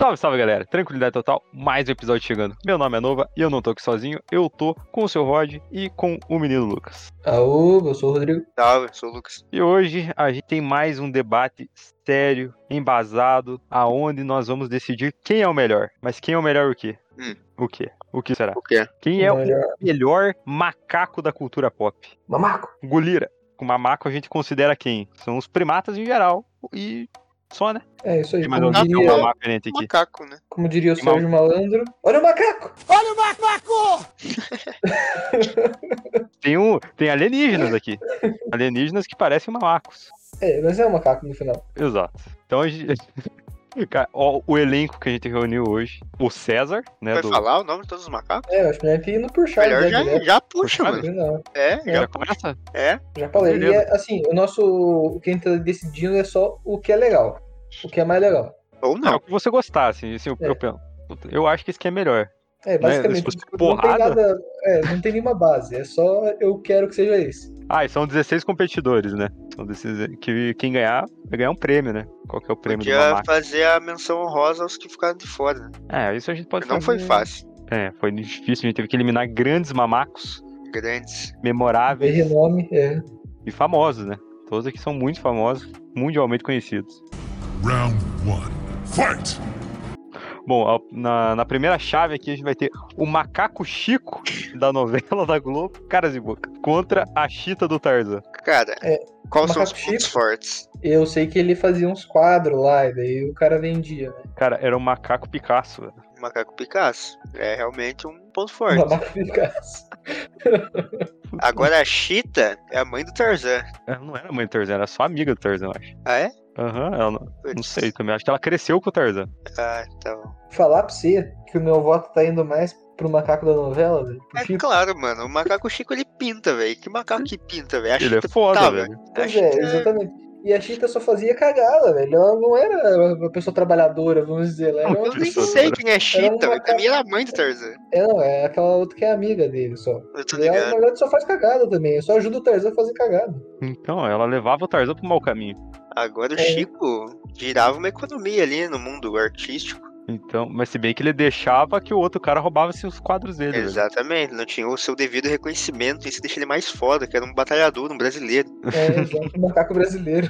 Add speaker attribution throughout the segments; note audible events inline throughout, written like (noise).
Speaker 1: Salve, salve galera, tranquilidade total, mais um episódio chegando. Meu nome é Nova e eu não tô aqui sozinho, eu tô com o seu Rod e com o menino Lucas.
Speaker 2: Aô, eu sou o Rodrigo.
Speaker 3: Salve, sou o Lucas.
Speaker 1: E hoje a gente tem mais um debate sério, embasado, aonde nós vamos decidir quem é o melhor. Mas quem é o melhor o quê?
Speaker 3: Hum.
Speaker 1: O quê? O que será?
Speaker 3: O quê?
Speaker 1: Quem é o
Speaker 2: Melhor.
Speaker 1: melhor macaco da cultura pop?
Speaker 2: Mamaco.
Speaker 1: Gulira. Com mamaco a gente considera quem? São os primatas em geral e só, né?
Speaker 2: É isso aí.
Speaker 1: Tem mais
Speaker 2: Como
Speaker 1: alguém que é um
Speaker 2: diria,
Speaker 1: mamaco diferente aqui.
Speaker 3: Macaco, né?
Speaker 2: como diria o
Speaker 1: Tem mais um
Speaker 2: Sérgio Malandro. Olha o macaco!
Speaker 1: Tem, um, tem alienígenas aqui. Alienígenas que parecem mamacos.
Speaker 2: É, mas é um macaco no final.
Speaker 1: Exato. Então a gente. (laughs) Cara, ó, o elenco que a gente reuniu hoje. O César, né?
Speaker 3: Vai
Speaker 1: do-
Speaker 3: falar o nome de todos os macacos?
Speaker 2: É, eu acho melhor que ir no Purchard,
Speaker 3: Melhor
Speaker 2: né,
Speaker 3: já,
Speaker 1: é,
Speaker 2: direto.
Speaker 3: já puxa,
Speaker 1: Puxa,
Speaker 3: mano.
Speaker 2: Não,
Speaker 3: É,
Speaker 1: Já começa?
Speaker 3: é.
Speaker 2: né? já falei. E
Speaker 1: Beleza.
Speaker 2: é, assim, o nosso. O que a gente tá decidindo é só o que é legal. O que é mais legal.
Speaker 3: Ou
Speaker 1: Não,
Speaker 3: não.
Speaker 1: É o que você gostar, assim. assim, eu,
Speaker 2: É.
Speaker 1: eu penso, puta, eu acho que esse aqui é melhor.
Speaker 2: É, basicamente.
Speaker 1: se fosse
Speaker 2: não tem
Speaker 1: porrada?
Speaker 2: nada. É, não tem nenhuma base. É só eu quero que seja esse.
Speaker 1: Ah, e são 16 competidores, né? São 16, que quem ganhar vai ganhar um prêmio, né? Qual que é o prêmio do
Speaker 3: Podia
Speaker 1: mamaco?
Speaker 3: fazer a menção honrosa aos que ficaram de fora, né?
Speaker 1: É, isso a gente pode
Speaker 3: Não foi
Speaker 2: Uhum.
Speaker 1: fazer.
Speaker 3: fácil.
Speaker 1: É, foi difícil, a gente teve que eliminar grandes mamacos,
Speaker 3: Grandes.
Speaker 2: Ver
Speaker 1: memoráveis
Speaker 2: renome. É.
Speaker 1: e famosos, né? Todos aqui são muito famosos, mundialmente conhecidos.
Speaker 4: Round one. Fight!
Speaker 1: Bom, a- na, na primeira chave aqui a gente vai ter o macaco Chico da novela da Globo, Caras e Boca, contra a Chita do Tarzan.
Speaker 3: Cara,
Speaker 2: É.
Speaker 3: quais são os
Speaker 2: Macaco
Speaker 3: pontos
Speaker 2: Chico.
Speaker 3: fortes?
Speaker 2: Eu sei que ele fazia uns quadros lá, e daí o cara vendia, né?
Speaker 1: Cara, era um macaco Picasso. velho.
Speaker 3: O Macaco Picasso. É realmente um ponto
Speaker 2: (laughs) O assim.
Speaker 3: forte.
Speaker 2: Babaca Picasso.
Speaker 3: Agora a Cheetah é a mãe do Tarzan.
Speaker 1: Ela não era mãe do Tarzan, era só amiga do Tarzan, eu acho.
Speaker 3: Ah, é?
Speaker 1: Aham, ela não, não sei também. Acho que ela cresceu com o Tarzan.
Speaker 3: Ah, tá bom.
Speaker 2: Falar pra você que o meu voto tá indo mais pro macaco da novela, velho. Tipo, pro
Speaker 3: É
Speaker 2: Chico.
Speaker 3: claro, mano. O macaco Chico ele pinta, velho. Que macaco que pinta, velho? A
Speaker 1: Ele é
Speaker 3: Cheetah
Speaker 1: foda,
Speaker 3: pintava.
Speaker 1: velho.
Speaker 3: A
Speaker 2: Pois é,
Speaker 3: Cheetah
Speaker 2: exatamente. E a Chita só fazia cagada, velho. Ela não era uma pessoa trabalhadora, vamos dizer. Ela era,
Speaker 1: Não,
Speaker 2: uma
Speaker 3: Eu nem
Speaker 1: Isso,
Speaker 2: pessoa-
Speaker 3: sei quem é Cheetah, velho.
Speaker 2: macaco.
Speaker 3: Pra mim era a mãe do Tarzan.
Speaker 2: é, não, é aquela outra que é amiga dele só.
Speaker 3: Eu tô
Speaker 2: E ela, na
Speaker 3: Tá ligado.
Speaker 2: verdade, só faz cagada também. Só ajuda o Tarzan a fazer cagada.
Speaker 1: Então, ela levava o Tarzan pro mau caminho.
Speaker 3: Agora o
Speaker 2: É.
Speaker 3: Chico girava uma economia ali no mundo artístico.
Speaker 1: Então, mas se bem que ele deixava que o outro cara roubava-se os quadros dele. velho.
Speaker 3: Exatamente, não tinha o seu devido reconhecimento, isso deixa ele mais foda, que era um batalhador, um brasileiro.
Speaker 2: É, (laughs) exato. O macaco brasileiro.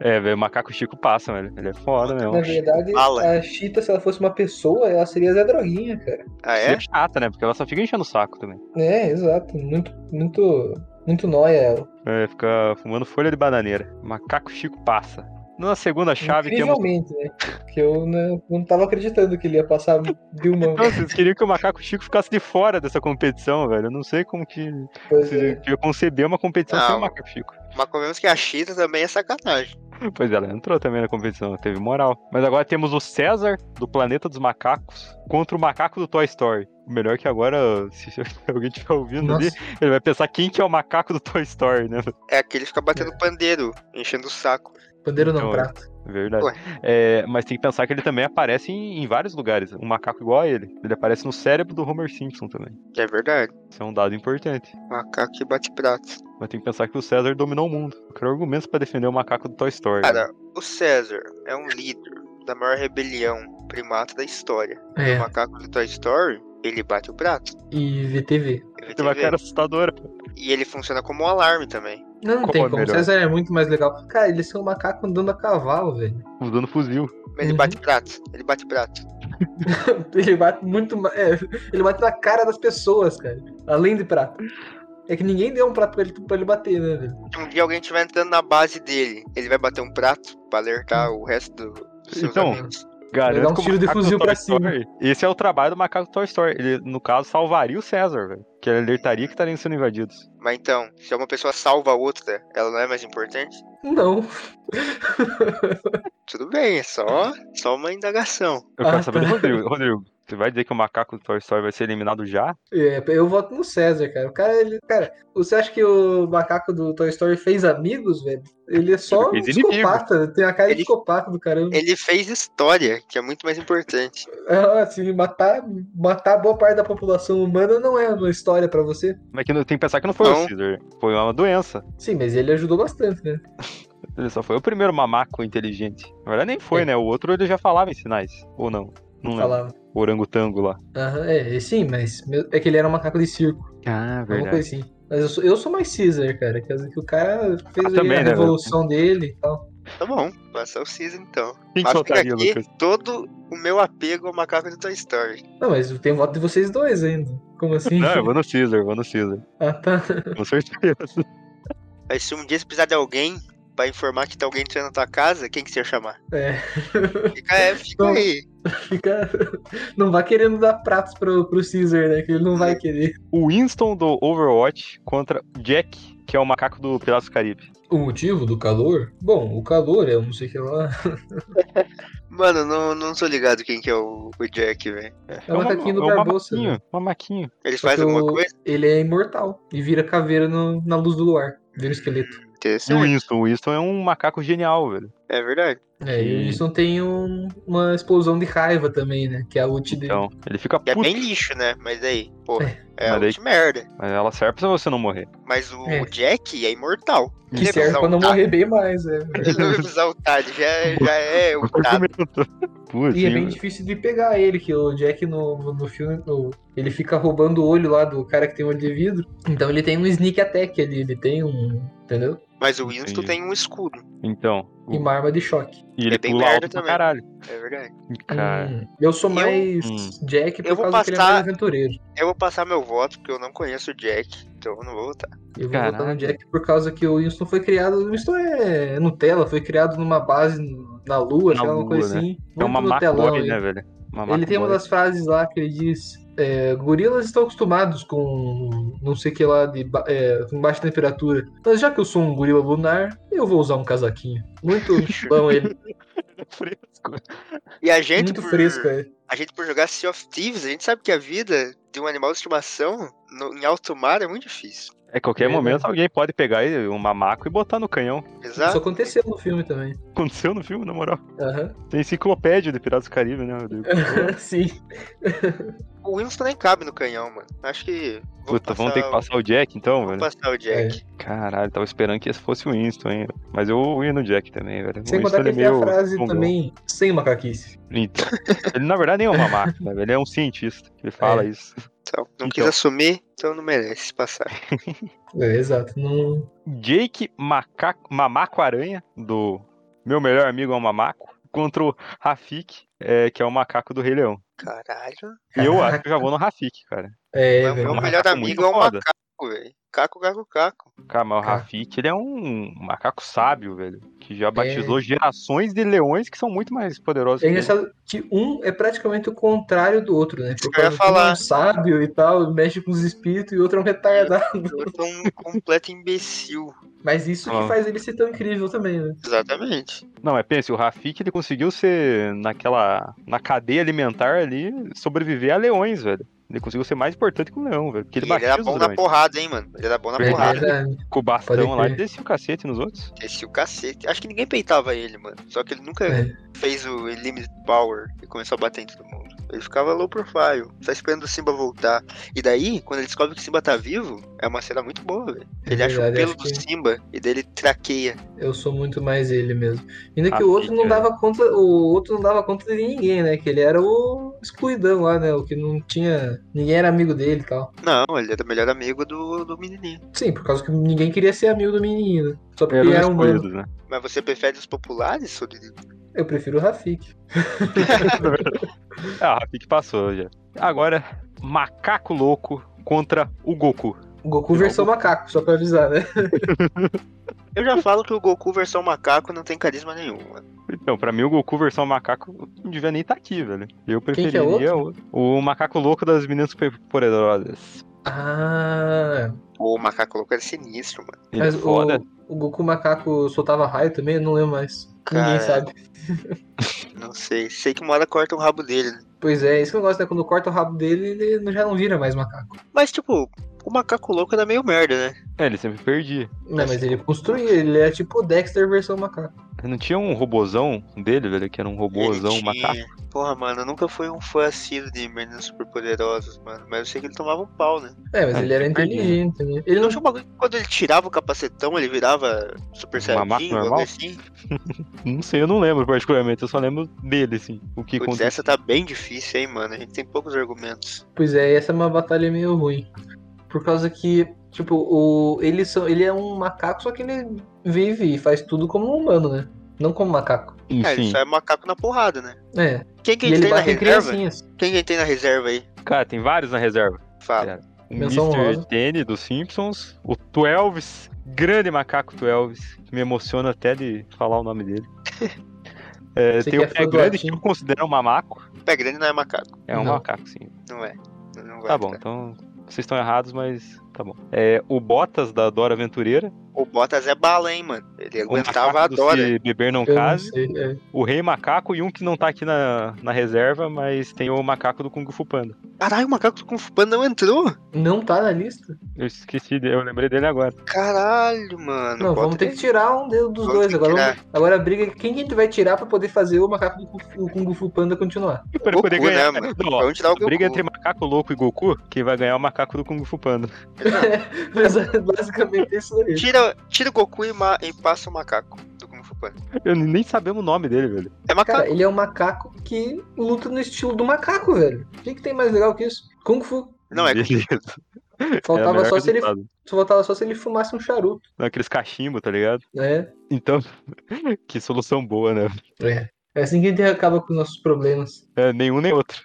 Speaker 1: É, velho, o macaco Chico passa, velho. Ele é foda mesmo.
Speaker 2: na verdade,
Speaker 3: Fala.
Speaker 2: a Chita, se ela fosse uma pessoa, ela seria Zé Droguinha, cara.
Speaker 3: Ah,
Speaker 1: Isso
Speaker 3: é?
Speaker 1: é chata, né? Porque ela só fica enchendo o saco também.
Speaker 2: É, exato. Muito, muito, muito nóia ela.
Speaker 1: É, fica fumando folha de bananeira. Macaco Chico passa. Na segunda chave temos.
Speaker 2: Incrivelmente, né? Porque eu né, não tava acreditando que ele ia passar Dilma.
Speaker 1: Não, vocês queriam que o Macaco Chico ficasse de fora dessa competição, velho. Eu não sei como que
Speaker 2: Pois é.
Speaker 1: vocês iam conceber uma competição
Speaker 3: Não.
Speaker 1: sem o Macaco Chico.
Speaker 3: Mas comemos que a Chita também é sacanagem.
Speaker 1: Pois é, ela entrou também na competição, teve moral. Mas agora temos o César, do Planeta dos Macacos, contra o Macaco do Toy Story. Melhor que agora, (laughs) se alguém estiver ouvindo
Speaker 2: Nossa.
Speaker 1: ali, ele vai pensar quem que é o Macaco do Toy Story, né?
Speaker 3: É aquele que fica batendo pandeiro, enchendo o saco.
Speaker 2: Pandeiro
Speaker 1: Então,
Speaker 2: não, prato.
Speaker 1: Verdade.
Speaker 3: Ué.
Speaker 1: É, mas tem que pensar que ele também aparece em, em vários lugares. Um macaco igual a ele. Ele aparece no cérebro do Homer Simpson também.
Speaker 3: É verdade.
Speaker 1: Isso é um dado importante.
Speaker 3: Macaco que bate prato.
Speaker 1: Mas tem que pensar que o César dominou o mundo. Eu quero argumentos pra defender o macaco do Toy Story. né?
Speaker 3: Cara, o César é um líder da maior rebelião primata da história. O
Speaker 2: É,
Speaker 3: macaco do Toy Story, ele bate o prato.
Speaker 2: e VTV.
Speaker 3: Ele
Speaker 1: Tem uma
Speaker 3: vê.
Speaker 1: cara assustadora.
Speaker 3: E ele funciona como um alarme também.
Speaker 2: Não, não
Speaker 1: Como
Speaker 2: tem
Speaker 1: é
Speaker 2: como.
Speaker 1: melhor?
Speaker 2: César é muito mais legal. Cara, eles são um macaco andando a cavalo, velho. (laughs)
Speaker 1: Usando fuzil.
Speaker 3: Mas ele
Speaker 2: Uhum.
Speaker 3: bate prato. Ele bate prato.
Speaker 2: Ele bate muito ma- é, ele bate na cara das pessoas, cara. Além de prato. É que ninguém deu um prato pra ele, pra ele bater, né, velho?
Speaker 3: Se um dia alguém estiver entrando na base dele, ele vai bater um prato pra alertar
Speaker 2: Uhum.
Speaker 3: o resto do, dos seus
Speaker 1: Então,
Speaker 3: amigos.
Speaker 1: Garanto
Speaker 2: Vai dar um
Speaker 1: que o
Speaker 2: tiro de
Speaker 1: macaco do
Speaker 2: fuzil
Speaker 1: Toy
Speaker 2: pra cima.
Speaker 1: Story- Esse é o trabalho do macaco do Toy Story. Ele, no caso, salvaria o César, velho. Que ele alertaria que estariam sendo invadidos.
Speaker 3: Mas então, se uma pessoa salva a outra, ela não é mais importante?
Speaker 2: Não.
Speaker 3: Tudo bem, é só, só uma indagação.
Speaker 1: Eu
Speaker 2: Ah,
Speaker 1: quero saber
Speaker 2: tá.
Speaker 1: do Rodrigo. Rodrigo, você vai dizer que o macaco do Toy Story vai ser eliminado já?
Speaker 2: É, eu voto no César, cara. O cara, ele. Cara, você acha que o macaco do Toy Story fez amigos, velho? Ele é só um
Speaker 1: Ele fez inimigo.
Speaker 2: psicopata. Tem a cara de
Speaker 3: Ele-
Speaker 2: psicopata do caramba.
Speaker 3: Ele fez história, que é muito mais importante.
Speaker 2: Ah, assim, matar, matar boa parte da população humana não é uma história pra você.
Speaker 1: Mas que não- tem que pensar que não foi
Speaker 3: Não.
Speaker 1: o César. Foi uma doença.
Speaker 2: Sim, mas ele ajudou bastante, né?
Speaker 1: Ele só foi o primeiro mamaco inteligente. Na verdade, nem foi,
Speaker 2: É.
Speaker 1: né? O outro ele já falava em sinais. Ou não? Não é. lembro.
Speaker 2: Falava.
Speaker 1: O orangotango lá.
Speaker 2: Aham, é, é, sim, mas meu- é que ele era um macaco de circo,
Speaker 1: Ah,
Speaker 2: alguma coisa assim. Mas eu sou, eu sou mais Caesar, cara, que, que o cara fez
Speaker 1: Ah,
Speaker 2: aí
Speaker 1: também,
Speaker 2: a
Speaker 1: né,
Speaker 2: revolução dele e tal.
Speaker 3: Tá bom, passa o Caesar então.
Speaker 1: Quem que
Speaker 3: Mas fica
Speaker 1: soltaria,
Speaker 3: aqui
Speaker 1: Lucas?
Speaker 3: todo o meu apego ao macaco do Toy Story.
Speaker 2: Não, mas tem voto de vocês dois ainda. Como assim?
Speaker 1: Não, eu vou no Caesar, vou no Caesar.
Speaker 2: Ah, tá.
Speaker 1: Com certeza.
Speaker 3: Aí se um dia você precisar de alguém pra informar que tem alguém entrando na tua casa, quem que você ia chamar?
Speaker 2: É.
Speaker 3: Fica, é, fica
Speaker 2: Não.
Speaker 3: aí.
Speaker 2: Fica... (laughs) Não vai querendo dar pratos pro, pro Caesar, né? Que ele não vai querer.
Speaker 1: O Winston do Overwatch contra Jack, que é o macaco do Piratas do Caribe.
Speaker 2: O motivo do calor? Bom, o calor é um não sei o que lá.
Speaker 3: Mano, não, não sou ligado quem que é o, o Jack, velho.
Speaker 2: É o macaquinho
Speaker 1: um
Speaker 2: do Barbosa.
Speaker 1: mamaquinho,
Speaker 2: né?
Speaker 1: mamaquinho.
Speaker 3: Ele
Speaker 2: Só
Speaker 3: faz
Speaker 2: que
Speaker 3: alguma
Speaker 2: o-
Speaker 3: coisa?
Speaker 2: Ele é imortal e vira caveira no- na luz do luar. Vira um esqueleto.
Speaker 1: E o
Speaker 3: Interessante.
Speaker 1: Winston, o Winston é um macaco genial, velho.
Speaker 3: É verdade.
Speaker 2: É, e o
Speaker 1: Sim.
Speaker 2: Winston tem um- uma explosão de raiva também, né? Que é a ult dele.
Speaker 1: Então, ele fica
Speaker 3: Que é
Speaker 1: puto,
Speaker 3: bem lixo, né? Mas aí, porra, é
Speaker 1: Mas
Speaker 3: uma
Speaker 1: daí-
Speaker 3: de merda.
Speaker 1: mas ela serve pra você não morrer.
Speaker 3: Mas o
Speaker 2: É.
Speaker 3: Jack é imortal.
Speaker 2: que
Speaker 3: Ele é
Speaker 2: serve pra não
Speaker 1: um
Speaker 3: exaltado.
Speaker 2: morrer bem mais, né?
Speaker 3: Ele não é exaltado, já, é- já
Speaker 1: (laughs)
Speaker 3: é ultado.
Speaker 1: Argumento. Putz,
Speaker 2: E é
Speaker 1: sim,
Speaker 2: bem
Speaker 1: velho.
Speaker 2: difícil de pegar ele, que o Jack no, no filme, no- ele fica roubando o olho lá do cara que tem olho de vidro. Então ele tem um sneak attack ali, ele tem um. Entendeu?
Speaker 3: Mas o Winston
Speaker 1: Entendi.
Speaker 3: tem um escudo.
Speaker 1: Então, o-
Speaker 2: E uma arma de choque.
Speaker 1: e ele
Speaker 3: é bem
Speaker 1: pula
Speaker 3: merda
Speaker 1: alto pra
Speaker 3: também.
Speaker 1: caralho.
Speaker 3: É verdade.
Speaker 1: Cara,
Speaker 2: Hum, eu sou
Speaker 3: Eu-
Speaker 2: mais
Speaker 1: Hum.
Speaker 2: Jack por
Speaker 3: Eu vou
Speaker 2: causa que ele é
Speaker 3: passar-
Speaker 2: mais aventureiro.
Speaker 3: Eu vou passar meu voto, porque eu não conheço o Jack, então eu não vou votar.
Speaker 2: Eu vou
Speaker 1: Caralho.
Speaker 2: votar no Jack por causa que o Winston foi criado. O Winston é Nutella, foi criado numa base na Lua,
Speaker 1: Na
Speaker 2: sei lá, uma
Speaker 1: Lua,
Speaker 2: coisa
Speaker 1: né?
Speaker 2: assim.
Speaker 1: é uma
Speaker 2: Muito Nutelão
Speaker 1: macaboy,
Speaker 2: ele.
Speaker 1: né, velho? Uma
Speaker 2: Ele tem uma
Speaker 1: macaboy.
Speaker 2: das frases lá que ele diz: é, gorilas estão acostumados com não sei o que lá de ba- é, com baixa temperatura. Mas já que eu sou um gorila lunar, eu vou usar um casaquinho.
Speaker 1: (laughs)
Speaker 2: Muito bom ele,
Speaker 1: fresco.
Speaker 3: E a gente,
Speaker 2: muito
Speaker 3: por,
Speaker 2: fresco. É.
Speaker 3: a gente por jogar Sea of Thieves, a gente sabe que a vida de um animal de estimação no- em alto mar é muito difícil.
Speaker 1: É qualquer
Speaker 2: Verdade.
Speaker 1: momento alguém pode pegar ele, um mamaco e botar no canhão. (laughs)
Speaker 3: Exato.
Speaker 2: Isso aconteceu no filme também.
Speaker 1: Aconteceu no filme, na moral.
Speaker 2: Aham,
Speaker 1: Tem enciclopédia de Piratas do Caribe, né? meu Deus?
Speaker 2: (laughs) Sim.
Speaker 3: O Winston nem cabe no canhão, mano. Acho que. vou
Speaker 1: Puta, vamos ter que
Speaker 3: o-
Speaker 1: passar o Jack então,
Speaker 3: Vou
Speaker 1: velho.
Speaker 3: passar o Jack.
Speaker 2: É.
Speaker 1: Caralho, tava esperando que esse fosse o Winston, hein? Mas eu ia no Jack também, velho.
Speaker 2: Sem
Speaker 1: o
Speaker 2: contar
Speaker 1: Winston
Speaker 2: que
Speaker 1: ele é
Speaker 2: ele tem a
Speaker 1: meio
Speaker 2: frase
Speaker 1: mongol.
Speaker 2: também sem macaquice.
Speaker 1: Então, ele na verdade nem é uma
Speaker 2: (laughs)
Speaker 1: máquina, velho. Ele é um cientista. Ele fala
Speaker 2: É.
Speaker 1: isso.
Speaker 3: Então, não
Speaker 1: Então.
Speaker 3: quis assumir, então não merece passar.
Speaker 2: É, exato. Não...
Speaker 1: Jake Macaco, Mamaco Aranha, do Meu Melhor Amigo é um Mamaco, contra o Rafik, é, que é o macaco do Rei Leão.
Speaker 3: Caralho.
Speaker 1: E eu acho
Speaker 2: Caraca.
Speaker 1: que eu já vou no Rafik, cara.
Speaker 2: É,
Speaker 3: Mas o
Speaker 2: velho.
Speaker 3: meu
Speaker 1: macaco
Speaker 3: melhor
Speaker 1: muito
Speaker 3: amigo é um
Speaker 1: foda.
Speaker 3: macaco, velho. Caco, caco, caco.
Speaker 1: Cara, mas o
Speaker 2: Cara.
Speaker 1: Rafik, ele é um macaco sábio, velho. Que já batizou gerações de leões que são muito mais poderosos
Speaker 2: É
Speaker 1: que
Speaker 3: né?
Speaker 1: ele.
Speaker 2: engraçado que um é praticamente o contrário do outro, né?
Speaker 3: Isso
Speaker 2: Por
Speaker 3: que eu
Speaker 2: causa
Speaker 3: ia
Speaker 2: que um
Speaker 3: falar.
Speaker 2: é um sábio e tal, mexe com os espíritos e o outro é um retardado.
Speaker 3: Eu sou um (laughs) completo imbecil.
Speaker 2: (laughs) Mas isso
Speaker 1: Ah.
Speaker 2: que faz ele ser tão incrível também, né?
Speaker 3: Exatamente.
Speaker 1: Não, mas pense, o Rafik, ele conseguiu ser naquela. na cadeia alimentar ali, sobreviver a leões, velho. Ele conseguiu ser mais importante que o leão, velho. Porque ele
Speaker 3: E ele era
Speaker 1: batia os
Speaker 3: bom na
Speaker 1: leões.
Speaker 3: porrada, hein, mano. Ele era bom na
Speaker 1: Verdade.
Speaker 3: porrada.
Speaker 2: É Verdade.
Speaker 1: Com o bastão
Speaker 2: Pode
Speaker 1: lá e
Speaker 2: crer.
Speaker 1: descia o cacete nos outros.
Speaker 3: Esse o cacete. Acho que ninguém peitava ele, mano. Só que ele nunca
Speaker 2: É.
Speaker 3: fez o Limited Power e começou a bater em todo mundo. Ele ficava low profile, só esperando o Simba voltar. E daí, quando ele descobre que o Simba tá vivo, é uma cena muito boa, velho.
Speaker 2: É
Speaker 3: Ele acha o
Speaker 2: verdade,
Speaker 3: pelo
Speaker 2: acho
Speaker 3: do
Speaker 2: que-
Speaker 3: Simba e daí ele traqueia.
Speaker 2: Eu sou muito mais ele mesmo. Ainda que
Speaker 1: Ah,
Speaker 2: o outro não
Speaker 1: fica.
Speaker 2: dava conta, o outro não dava conta de ninguém, né? Que ele era o excluidão lá, né? O que não tinha, ninguém era amigo dele e tal.
Speaker 3: Não, ele era o melhor amigo do, do menininho.
Speaker 2: Sim, por causa que ninguém queria ser amigo do menino. Só porque
Speaker 1: Eram
Speaker 2: ele É, era um humano.
Speaker 1: excluídos, né?
Speaker 3: Mas você prefere os populares, Solidinho?
Speaker 2: Eu prefiro o Rafik.
Speaker 1: (laughs) Ah, o Rafik passou já. Agora, macaco louco contra o Goku.
Speaker 2: O Goku
Speaker 1: Não,
Speaker 2: versão macaco, só pra avisar, né?
Speaker 3: Eu já falo que o Goku versão macaco não tem carisma nenhum, mano.
Speaker 1: Então, pra mim, o Goku versão macaco não devia nem estar aqui, velho. Eu
Speaker 2: Quem que é
Speaker 1: preferiria
Speaker 2: o
Speaker 1: o, o macaco louco das meninas superpoderosas.
Speaker 2: Ah,
Speaker 3: O macaco louco era sinistro, mano.
Speaker 1: Ele é
Speaker 2: o-
Speaker 1: foda.
Speaker 2: O, Goku macaco soltava raio também, eu não lembro mais.
Speaker 3: Cara.
Speaker 2: Ninguém sabe.
Speaker 3: Não sei. Sei que uma hora corta o rabo dele, né?
Speaker 2: Pois é, isso que eu gosto, né? Quando corta o rabo dele, ele já não vira mais macaco.
Speaker 3: Mas, tipo, o macaco louco era meio merda, né?
Speaker 1: É, ele sempre perdia.
Speaker 2: Não, mas ele construía, ele é tipo o Dexter versão macaco.
Speaker 1: Não tinha um robozão dele, velho, que era um robozão
Speaker 3: Ele tinha-
Speaker 1: macaco?
Speaker 3: Porra, mano, eu nunca fui um fã assíduo de meninas superpoderosas, mano. Mas eu sei que ele tomava um pau, né?
Speaker 2: É, mas
Speaker 1: Ah,
Speaker 2: ele era
Speaker 1: que perdi, né?
Speaker 2: inteligente, né? Ele
Speaker 3: Não
Speaker 2: não
Speaker 3: tinha um bagulho que quando ele tirava o capacetão, ele virava super
Speaker 1: Uma máquina
Speaker 3: saiyajin, um
Speaker 1: normal?
Speaker 3: bagulho assim.
Speaker 1: Não sei, eu não lembro particularmente, eu só lembro dele, assim, o que
Speaker 3: Putz,
Speaker 1: aconteceu.
Speaker 3: essa tá bem difícil, hein, mano. A gente tem poucos argumentos.
Speaker 2: Pois é, essa é uma batalha meio ruim. Por causa que, tipo, o, ele, são, ele é um macaco, só que ele vive e faz tudo como um humano, né? Não como macaco.
Speaker 3: É, ele
Speaker 1: Enfim,
Speaker 3: só é macaco na porrada, né?
Speaker 2: É.
Speaker 3: Quem que a
Speaker 2: e
Speaker 3: gente
Speaker 2: ele
Speaker 3: tem na
Speaker 2: bate em
Speaker 3: reserva?
Speaker 2: criancinhas.
Speaker 3: Quem que a gente tem na reserva aí?
Speaker 1: cara, tem vários na reserva.
Speaker 3: Fala.
Speaker 1: É. O
Speaker 2: Menção honrosa.
Speaker 1: Mr. Danny dos Simpsons, o Twelves, grande macaco Twelves, que me emociona até de falar o nome
Speaker 2: (laughs)
Speaker 1: dele. É,
Speaker 2: Você
Speaker 1: tem
Speaker 2: que é
Speaker 1: o Pé
Speaker 2: fã do
Speaker 1: Grande, que
Speaker 2: Ratinho.
Speaker 1: eu considero um mamaco.
Speaker 3: Pé grande não é macaco,
Speaker 1: É um
Speaker 2: Não.
Speaker 1: macaco, sim.
Speaker 3: não é. Não vai
Speaker 1: Tá bom,
Speaker 3: entrar.
Speaker 1: então vocês estão errados, mas tá bom. É, o Botas da Dora Aventureira,
Speaker 3: O Bottas é bala, hein, mano. Ele
Speaker 1: o
Speaker 3: aguentava a
Speaker 1: macaco do
Speaker 3: Dora.
Speaker 1: Se Beber Não
Speaker 2: Eu não
Speaker 1: Case,
Speaker 2: sei. é.
Speaker 1: o Rei Macaco e um que não tá aqui na, na reserva, mas tem o macaco do Kung Fu Panda.
Speaker 3: Caralho, o macaco do Kung Fu Panda não entrou?
Speaker 2: Não tá na lista?
Speaker 1: Eu esqueci, de- eu lembrei dele agora.
Speaker 3: Caralho, mano.
Speaker 2: não,
Speaker 3: bota
Speaker 2: vamos ter
Speaker 3: ele.
Speaker 2: que tirar um dedo dos
Speaker 3: Vamos
Speaker 2: dois.
Speaker 3: ter que
Speaker 2: Agora, vamos- agora a briga é quem que a gente vai tirar pra poder fazer o macaco do Kung Fu- o Kung Fu Panda continuar. (laughs)
Speaker 1: Pra poder
Speaker 3: Goku,
Speaker 1: ganhar.
Speaker 3: né, mano?
Speaker 1: Não, ó,
Speaker 3: Vamos tirar o Goku.
Speaker 1: Briga entre macaco louco e Goku, quem vai ganhar é o macaco do Kung Fu Panda. (laughs)
Speaker 2: Mas é basicamente isso aí.
Speaker 3: Tira, tira o Goku e, ma- e passa o macaco do Kung Fu Panda.
Speaker 1: Eu nem sabemos o nome dele, velho.
Speaker 3: É macaco.
Speaker 2: Cara, ele é um macaco que luta no estilo do macaco, velho. O que, que tem mais legal que isso? Kung Fu.
Speaker 3: não é.
Speaker 1: Beleza. É a
Speaker 2: Faltava
Speaker 1: melhor
Speaker 2: só se ele
Speaker 1: resultado.
Speaker 2: Só faltava só se ele fumasse um charuto,
Speaker 1: Aqueles cachimbo, tá ligado?
Speaker 2: né?
Speaker 1: Então, (laughs) que solução boa, né?
Speaker 2: É. É assim que a gente acaba com os nossos problemas.
Speaker 1: É, nenhum nem outro.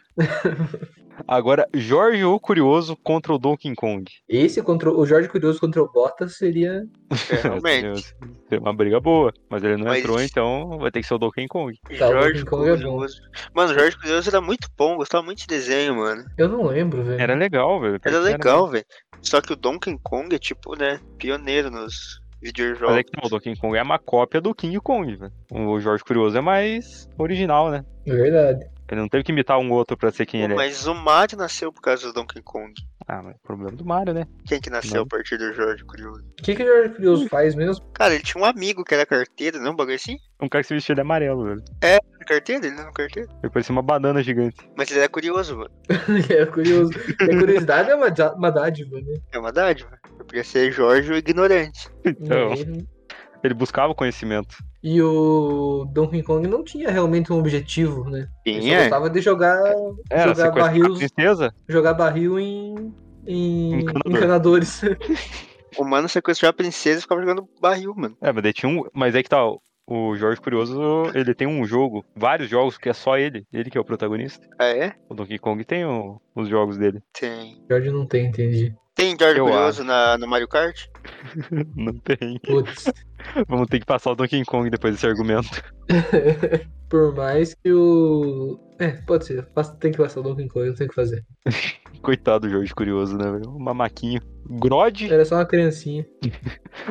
Speaker 1: Agora, Jorge o Curioso contra o Donkey Kong.
Speaker 2: Esse contra o Jorge Curioso contra o Bottas seria.
Speaker 3: É, realmente.
Speaker 1: É uma briga boa, mas ele não
Speaker 3: Mas-
Speaker 1: entrou, então vai ter que ser o Donkey Kong.
Speaker 2: Tá, o
Speaker 3: Jorge
Speaker 2: Donkey Kong é bom.
Speaker 3: Curioso. Mano, Jorge Curioso era muito bom, gostava muito de desenho, mano.
Speaker 2: Eu não lembro, velho.
Speaker 1: Era legal, velho.
Speaker 3: Era legal, velho. Só que o Donkey Kong é tipo, né, pioneiro nos
Speaker 1: Mas
Speaker 3: videojogos.
Speaker 1: é que não, o Donkey Kong é uma cópia do King Kong, velho. O Jorge Curioso é mais original, né?
Speaker 2: É Verdade.
Speaker 1: Ele não teve que imitar um outro pra ser quem ele é.
Speaker 3: Mas o Mario nasceu por causa do Donkey Kong.
Speaker 1: Ah, mas o problema do Mario, né?
Speaker 3: Quem que nasceu
Speaker 1: Não.
Speaker 3: a partir do Jorge Curioso?
Speaker 2: O que, que o Jorge Curioso faz mesmo? (laughs)
Speaker 3: Cara, ele tinha um amigo que era carteiro, não? Um bagulho assim?
Speaker 1: Um cara que se vestia de amarelo, velho.
Speaker 3: Era Carteiro? Ele não era um carteiro?
Speaker 1: Ele parecia uma banana gigante.
Speaker 3: Mas ele era curioso, mano.
Speaker 2: Ele era curioso. E a curiosidade é uma, dá- uma dádiva, né?
Speaker 3: É uma dádiva. Eu podia ser Jorge o ignorante.
Speaker 1: Então,
Speaker 2: E-
Speaker 1: ele buscava o conhecimento.
Speaker 2: E o Donkey Kong não tinha realmente um objetivo, né? Ele
Speaker 3: é.
Speaker 2: só gostava de jogar,
Speaker 1: Era
Speaker 2: Jogar
Speaker 1: sequestrar a
Speaker 2: barris-
Speaker 1: princesa?
Speaker 2: jogar barril em. em
Speaker 1: Encanador.
Speaker 2: encanadores. (laughs)
Speaker 3: O mano sequestrou a princesa e ficava jogando barril, mano.
Speaker 1: É, mas daí tinha um. Mas é que tal. O Jorge Curioso, ele tem um jogo, vários jogos, que é só ele. Ele que é o protagonista.
Speaker 3: Ah, é?
Speaker 1: O Donkey Kong tem o- os jogos dele. (laughs)
Speaker 3: Tem.
Speaker 2: Jorge não tem, entendi.
Speaker 3: Tem Jorge
Speaker 1: Eu
Speaker 3: Curioso na, no Mario Kart?
Speaker 1: Não tem.
Speaker 2: Putz.
Speaker 1: Vamos ter que passar o Donkey Kong depois desse argumento. (laughs)
Speaker 2: Por mais que o. É, pode ser. Passa- Tem que passar o Donkey Kong, não tem o que fazer.
Speaker 1: Coitado do Jorge Curioso, né, velho? Um mamaquinho. Grod,
Speaker 2: Era só uma criancinha.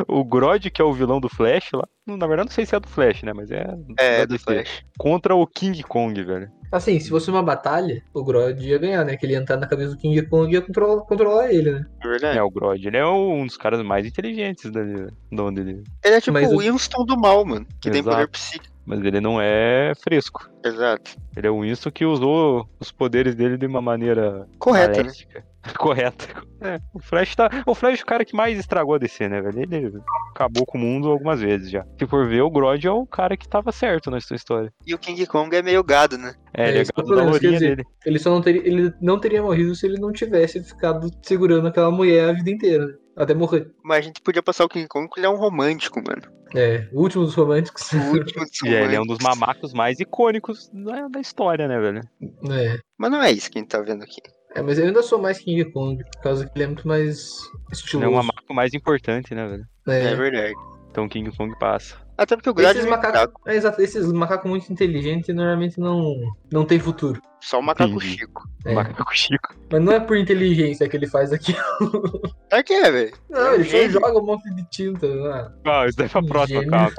Speaker 1: o Grod, que é o vilão do Flash lá. Na verdade, não sei se é do Flash, né? Mas é.
Speaker 3: É,
Speaker 1: da
Speaker 3: do
Speaker 1: DC.
Speaker 3: Flash.
Speaker 1: Contra o King Kong, velho.
Speaker 2: Assim, se fosse uma batalha, o Grod ia ganhar, né? Que ele ia entrar na cabeça do King Kong e ia controlar, controlar ele, né?
Speaker 3: É verdade.
Speaker 1: É, o Grod. Ele é um dos caras mais inteligentes dali, velho, de onde ele.
Speaker 3: Ele é tipo
Speaker 2: Mas
Speaker 3: o
Speaker 2: o-
Speaker 3: Winston do mal, mano. Que tem
Speaker 1: Exato.
Speaker 3: poder psíquico.
Speaker 1: Mas ele não é fresco.
Speaker 3: Exato.
Speaker 1: Ele é o Winston que usou os poderes dele de uma maneira
Speaker 3: Correto, né?
Speaker 1: maléfica. (laughs) Correta. É, o Flash tá. O Flash é o cara que mais estragou a DC, né, velho? Ele acabou com o mundo algumas vezes já. Se for ver, o Grod é o cara que tava certo na sua história.
Speaker 3: E o King Kong é meio gado, né?
Speaker 1: É,
Speaker 2: É,
Speaker 1: ele é
Speaker 2: esse que é o
Speaker 1: gado da
Speaker 2: problema,
Speaker 1: lourinha
Speaker 2: quer dizer-
Speaker 1: dele.
Speaker 2: Ele só não teria. Ele não teria morrido se ele não tivesse ficado segurando aquela mulher a vida inteira, né? Até morrer.
Speaker 3: Mas a gente podia passar o King Kong porque ele é um romântico, mano.
Speaker 2: É, o último dos românticos.
Speaker 3: O
Speaker 1: (laughs)
Speaker 3: último dos
Speaker 1: E ele é um dos
Speaker 3: românticos.
Speaker 1: mamacos mais icônicos da, da história, né, velho?
Speaker 2: (laughs) É.
Speaker 3: Mas não é isso que a gente tá vendo aqui.
Speaker 2: É, mas eu ainda sou mais King Kong, por causa que ele é muito mais
Speaker 1: Ele é o
Speaker 2: estiloso.
Speaker 1: mamaco mais importante, né, velho?
Speaker 3: É,
Speaker 2: né?
Speaker 3: verdade.
Speaker 1: Então King Kong passa.
Speaker 3: Até porque o Grade é
Speaker 2: Esses
Speaker 3: meio fraco.
Speaker 2: macacos, é, exato, esses macacos muito inteligentes normalmente não, não tem futuro.
Speaker 3: Só o macaco
Speaker 1: Entendi.
Speaker 3: Chico.
Speaker 2: É.
Speaker 1: Macaco Chico.
Speaker 2: Mas não é por inteligência que ele faz aqui.
Speaker 3: É que é, velho.
Speaker 2: Não, ele só
Speaker 3: Gênio.
Speaker 2: joga um monte de tinta. né?
Speaker 1: Ah, isso daí é pra próxima,
Speaker 2: Gênio.
Speaker 1: calma.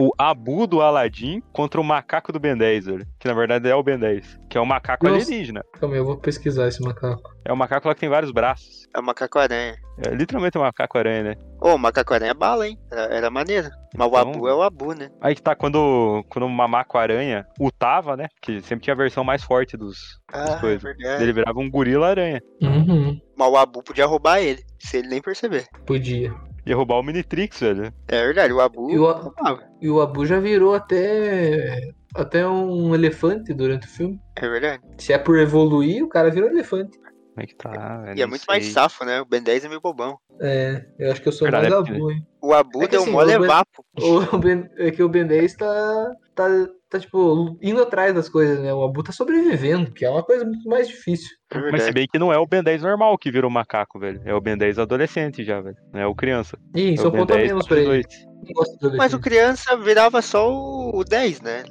Speaker 1: o Abu do Aladdin contra o macaco do Ben 10, velho. Que na verdade é o Ben 10. Que é um macaco
Speaker 2: Nossa.
Speaker 1: alienígena.
Speaker 2: Calma aí, eu vou pesquisar esse macaco.
Speaker 1: É um macaco lá que tem vários braços.
Speaker 3: É o macaco-aranha.
Speaker 1: É literalmente um macaco-aranha, né?
Speaker 3: Ô, o macaco-aranha é bala, hein? Era, era maneiro. Mas o
Speaker 1: Então-
Speaker 3: Abu é o Abu, né?
Speaker 1: Aí que tá, quando, quando o mamaco-aranha utava, né? Que sempre tinha a versão mais forte dos.
Speaker 3: Ah, é
Speaker 1: coisas.
Speaker 3: verdade.
Speaker 1: Ele virava um gorila-aranha.
Speaker 2: Uhum.
Speaker 3: Mas o Abu podia roubar ele, se ele nem perceber.
Speaker 2: Podia.
Speaker 1: Ia roubar o Minitrix, velho.
Speaker 3: É verdade, o Abu
Speaker 2: E o A-
Speaker 3: roubava.
Speaker 2: E o Abu já virou até. até um elefante durante o filme.
Speaker 3: É verdade.
Speaker 2: Se é por evoluir, o cara virou um elefante.
Speaker 1: Como é que tá, velho?
Speaker 3: E é
Speaker 1: Não
Speaker 3: muito
Speaker 1: sei.
Speaker 3: mais safo, né? O Ben 10 é meio bobão.
Speaker 2: É, eu acho que eu sou
Speaker 1: Verdade,
Speaker 2: mais
Speaker 1: é
Speaker 2: Abu, hein?
Speaker 3: O Abu
Speaker 2: É que
Speaker 3: deu
Speaker 2: assim,
Speaker 3: um mole
Speaker 2: o Ben-
Speaker 3: vapo.
Speaker 2: O (laughs) ben, é que o Ben 10 tá, tá, tá, tipo, indo atrás das coisas, né? O Abu tá sobrevivendo, que é uma coisa muito mais difícil.
Speaker 3: É
Speaker 1: Mas se
Speaker 3: verdade.
Speaker 1: bem que não é o Ben 10 normal que virou macaco, velho. É o Ben 10 adolescente já, velho. Não é o criança.
Speaker 2: Ih,
Speaker 1: é
Speaker 2: só
Speaker 1: o Ben
Speaker 2: ponto a
Speaker 1: 10
Speaker 2: menos pra ele.
Speaker 1: 42.
Speaker 2: Não gosto de
Speaker 3: Mas o
Speaker 2: adolescente.
Speaker 3: criança virava só o o 10, né?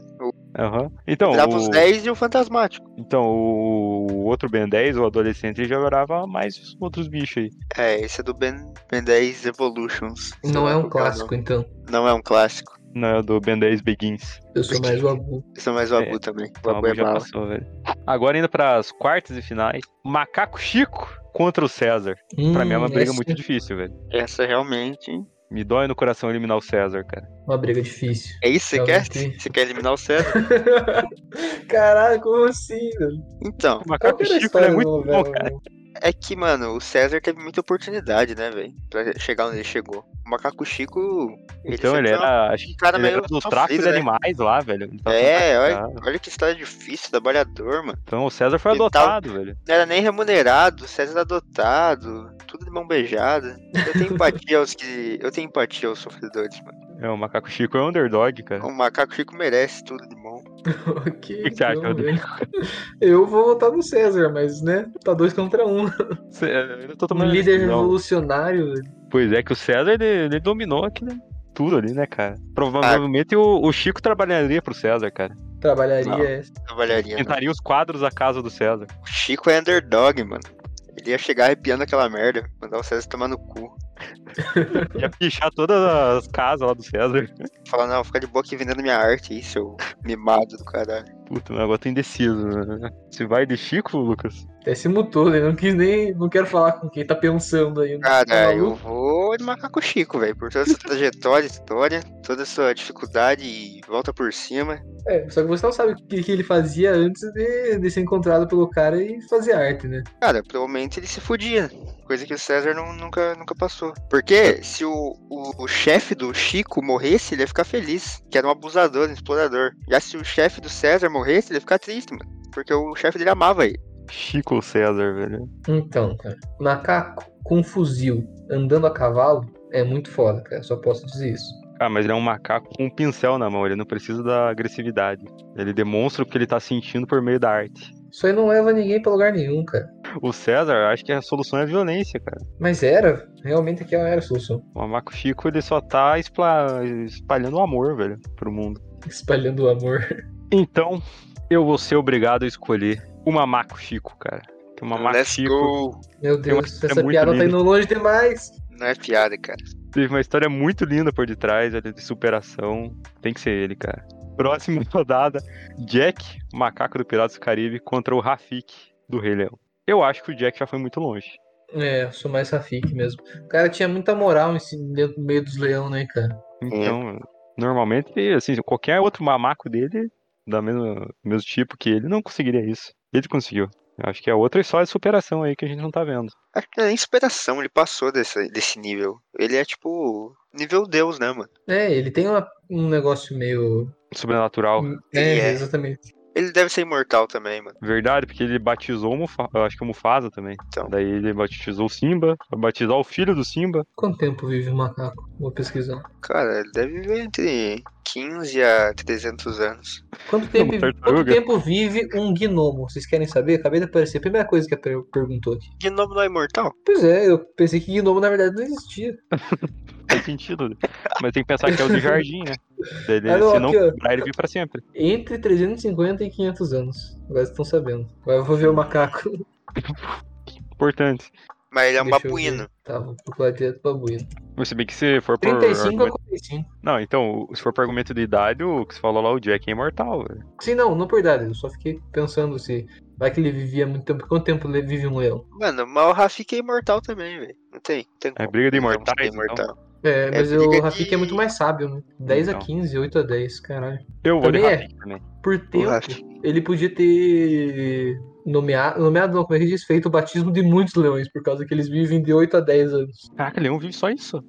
Speaker 1: Aham. Então,
Speaker 3: Virava
Speaker 1: o...
Speaker 3: os 10 e o fantasmático.
Speaker 1: então, o outro Ben 10, o adolescente, ele já virava mais outros bichos aí.
Speaker 3: É, esse é do Ben, ben 10 Evolutions. Sei
Speaker 2: Não
Speaker 3: lá
Speaker 2: é um
Speaker 3: qual que o
Speaker 2: clássico, então.
Speaker 3: nome. Não é um clássico.
Speaker 1: Não é o do Ben 10 Begins.
Speaker 2: Eu sou mais o Abu.
Speaker 3: Isso é mais o Abu também. O
Speaker 1: Então,
Speaker 3: Abu é
Speaker 1: já
Speaker 3: bala.
Speaker 1: passou, velho. Agora indo pras quartas e finais. Macaco Chico contra o César. Pra mim é uma
Speaker 2: Hum,
Speaker 1: briga
Speaker 2: essa
Speaker 1: muito difícil, velho.
Speaker 3: Essa realmente. hein?
Speaker 1: Me dói no coração eliminar o César, cara.
Speaker 2: é Uma briga difícil.
Speaker 3: É isso que você quer?
Speaker 2: Realmente.
Speaker 3: Você quer eliminar o César?
Speaker 2: Caraca, como assim, velho?
Speaker 3: Então,
Speaker 1: O macaco Chico ele é muito bom, cara.
Speaker 3: é que, mano, o César teve muita oportunidade, né, velho? Pra chegar onde ele chegou. O macaco Chico.
Speaker 1: Então ele
Speaker 3: sempre foi
Speaker 1: era, acho que
Speaker 3: um cara
Speaker 1: ele
Speaker 3: meio
Speaker 1: era do
Speaker 3: sofrido,
Speaker 1: tráfico de né? Tá
Speaker 3: né?
Speaker 1: animais lá, velho. Ele tava
Speaker 3: É,
Speaker 1: sendo
Speaker 3: olha,
Speaker 1: traficado.
Speaker 3: olha que história difícil, trabalhador, mano.
Speaker 1: Então o César foi
Speaker 3: Ele
Speaker 1: adotado, velho.
Speaker 3: Não era nem remunerado, César era adotado, tudo de mão beijada. Eu tenho empatia aos que. Eu tenho empatia aos sofredores, mano.
Speaker 1: É, o Macaco Chico é um underdog, cara.
Speaker 3: O macaco Chico merece tudo de mão.
Speaker 2: (laughs) Ok,
Speaker 1: que você acha,
Speaker 2: então,
Speaker 1: Rodrigo?
Speaker 2: velho. Eu vou votar no César, mas, né? Tá dois contra um.
Speaker 1: Cê- Eu tô
Speaker 2: Um
Speaker 1: tomando
Speaker 2: líder
Speaker 1: decisão.
Speaker 2: revolucionário, velho.
Speaker 1: Pois é, que o César, ele, ele dominou aqui, né? Tudo ali, né, cara? Provavelmente o, o Chico trabalharia pro César, cara.
Speaker 3: Não.
Speaker 2: Trabalharia essa.
Speaker 3: Trabalharia,
Speaker 2: tá-
Speaker 3: não.
Speaker 1: Pintaria os quadros da casa do (laughs) César.
Speaker 3: O Chico é underdog, mano. Ele ia chegar arrepiando aquela merda, mandar o César tomar no cu.
Speaker 1: Ia pichar todas as casas lá do César.
Speaker 3: Falar, não, fica de boa aqui vendendo minha arte aí, seu mimado do caralho.
Speaker 1: Puta, o negócio é indeciso, né? Se vai de Chico, Lucas?
Speaker 2: Até se mutou, né? Não quis nem. Não quero falar com quem tá pensando aí.
Speaker 3: Cara,
Speaker 2: Tá
Speaker 3: Ah, eu
Speaker 2: maluco?
Speaker 3: vou de macaco Chico, velho. Por toda essa trajetória, história, toda essa dificuldade e volta por cima.
Speaker 2: É, só que você não sabe o que, que ele fazia antes de, de ser encontrado pelo cara e fazer arte, né?
Speaker 3: Cara, provavelmente ele se fudia. né? Coisa que o César não- nunca, nunca passou. Porque se o, o, o chefe do Chico morresse, ele ia ficar feliz. Que era um abusador, um explorador. Já se o chefe do César morresse, ele ia ficar triste, mano. Porque o chefe dele amava ele.
Speaker 1: Chico ou César, velho?
Speaker 2: Então, cara, macaco com fuzil andando a cavalo é muito foda, cara. Só posso dizer isso.
Speaker 1: Ah, mas ele é um macaco com um pincel na mão, ele não precisa da agressividade. Ele demonstra o que ele tá sentindo por meio da arte.
Speaker 2: Isso aí não leva ninguém pra lugar nenhum, cara.
Speaker 1: O César, acho que a solução é a violência, cara.
Speaker 2: Mas era, realmente aquela era a solução.
Speaker 1: O Amaco Chico, ele só tá espla- espalhando o amor, velho, pro mundo.
Speaker 2: Espalhando o amor.
Speaker 1: Então, eu vou ser obrigado a escolher o Mamaco Chico, cara. Que o Mamaco
Speaker 3: Ah, Let's
Speaker 1: Chico
Speaker 3: go.
Speaker 2: Meu
Speaker 1: Tem uma
Speaker 2: Deus,
Speaker 1: história
Speaker 2: essa
Speaker 1: muito
Speaker 2: piada
Speaker 1: linda.
Speaker 2: tá indo longe demais.
Speaker 3: Não é piada, cara.
Speaker 1: teve uma história muito linda por detrás, velho, de superação. Tem que ser ele, cara. Próxima (laughs) rodada, Jack, o macaco do Piratas do Caribe, contra o Rafik, do Rei Leão. Eu acho que o Jack já foi muito longe.
Speaker 2: É, eu sou mais Rafik mesmo. O cara tinha muita moral em si- dentro do meio dos leão, né, cara?
Speaker 3: É.
Speaker 1: Então, normalmente, assim, qualquer outro mamaco dele, da mesma, mesmo tipo que ele, não conseguiria isso. Ele conseguiu. Eu acho que é outra história de superação aí que a gente não tá vendo.
Speaker 3: Acho que não é nem superação, ele passou desse, desse nível. Ele é tipo. Nível Deus, né, mano?
Speaker 2: É, ele tem uma- um negócio meio.
Speaker 1: Sobrenatural.
Speaker 2: É,
Speaker 3: é.
Speaker 2: exatamente.
Speaker 3: Ele deve ser imortal também, mano.
Speaker 1: Verdade, porque ele batizou o Mufasa, eu acho que o Mufasa também.
Speaker 3: Então.
Speaker 1: Daí ele batizou o Simba, vai batizar o filho do Simba.
Speaker 2: Quanto tempo vive o macaco? Vou pesquisar.
Speaker 3: Cara, ele deve viver entre 15 a 300 anos.
Speaker 2: Quanto tempo,
Speaker 1: Uma tartaruga?
Speaker 2: quanto tempo vive um gnomo? Vocês querem saber? Acabei de aparecer. Primeira coisa que a per perguntou aqui.
Speaker 3: Gnomo não é imortal?
Speaker 2: Pois é, eu pensei que gnomo na verdade não existia.
Speaker 1: Faz sentido. né? Mas tem que pensar que é o de jardim, né? Daí ele,
Speaker 2: Ah, não,
Speaker 1: se não
Speaker 2: aqui, ó.
Speaker 1: quebrar, ele vive pra sempre.
Speaker 2: Entre 350 e 500 anos. Agora vocês estão sabendo. Agora eu vou ver o macaco.
Speaker 1: Importante.
Speaker 3: Mas ele é um
Speaker 2: Deixa eu
Speaker 3: babuíno.
Speaker 2: ver. Tá, vou procurar direto babuíno.
Speaker 1: Mas se bem que se for por.
Speaker 2: 35 a
Speaker 1: argumento-
Speaker 2: 45.
Speaker 1: Não, então, se for por argumento de idade, o que você falou lá, o Jack é imortal, velho.
Speaker 2: Sim, não, não por idade. Eu só fiquei pensando se. Vai que ele vivia muito tempo. Quanto tempo ele vive um leão?
Speaker 3: Mano, mas o Rafik é imortal também, velho. Não tem. não tem
Speaker 1: É
Speaker 3: como.
Speaker 1: briga de
Speaker 3: Não tem
Speaker 1: imortais,
Speaker 3: como ser
Speaker 1: então.
Speaker 2: É, mas
Speaker 3: briga
Speaker 2: o
Speaker 3: de-
Speaker 2: Rafik é muito mais sábio, né? 10 a
Speaker 1: Então.
Speaker 2: 15, 8 a 10, caralho.
Speaker 1: Eu vou de
Speaker 2: Também é.
Speaker 1: Rafik também.
Speaker 2: Por tempo,
Speaker 3: Rafik.
Speaker 2: ele podia ter nomeado, nomeado não, como é que diz, feito o batismo de muitos leões, por causa que eles vivem de 8 a 10 anos. (laughs)
Speaker 1: Caraca, Leão vive só isso.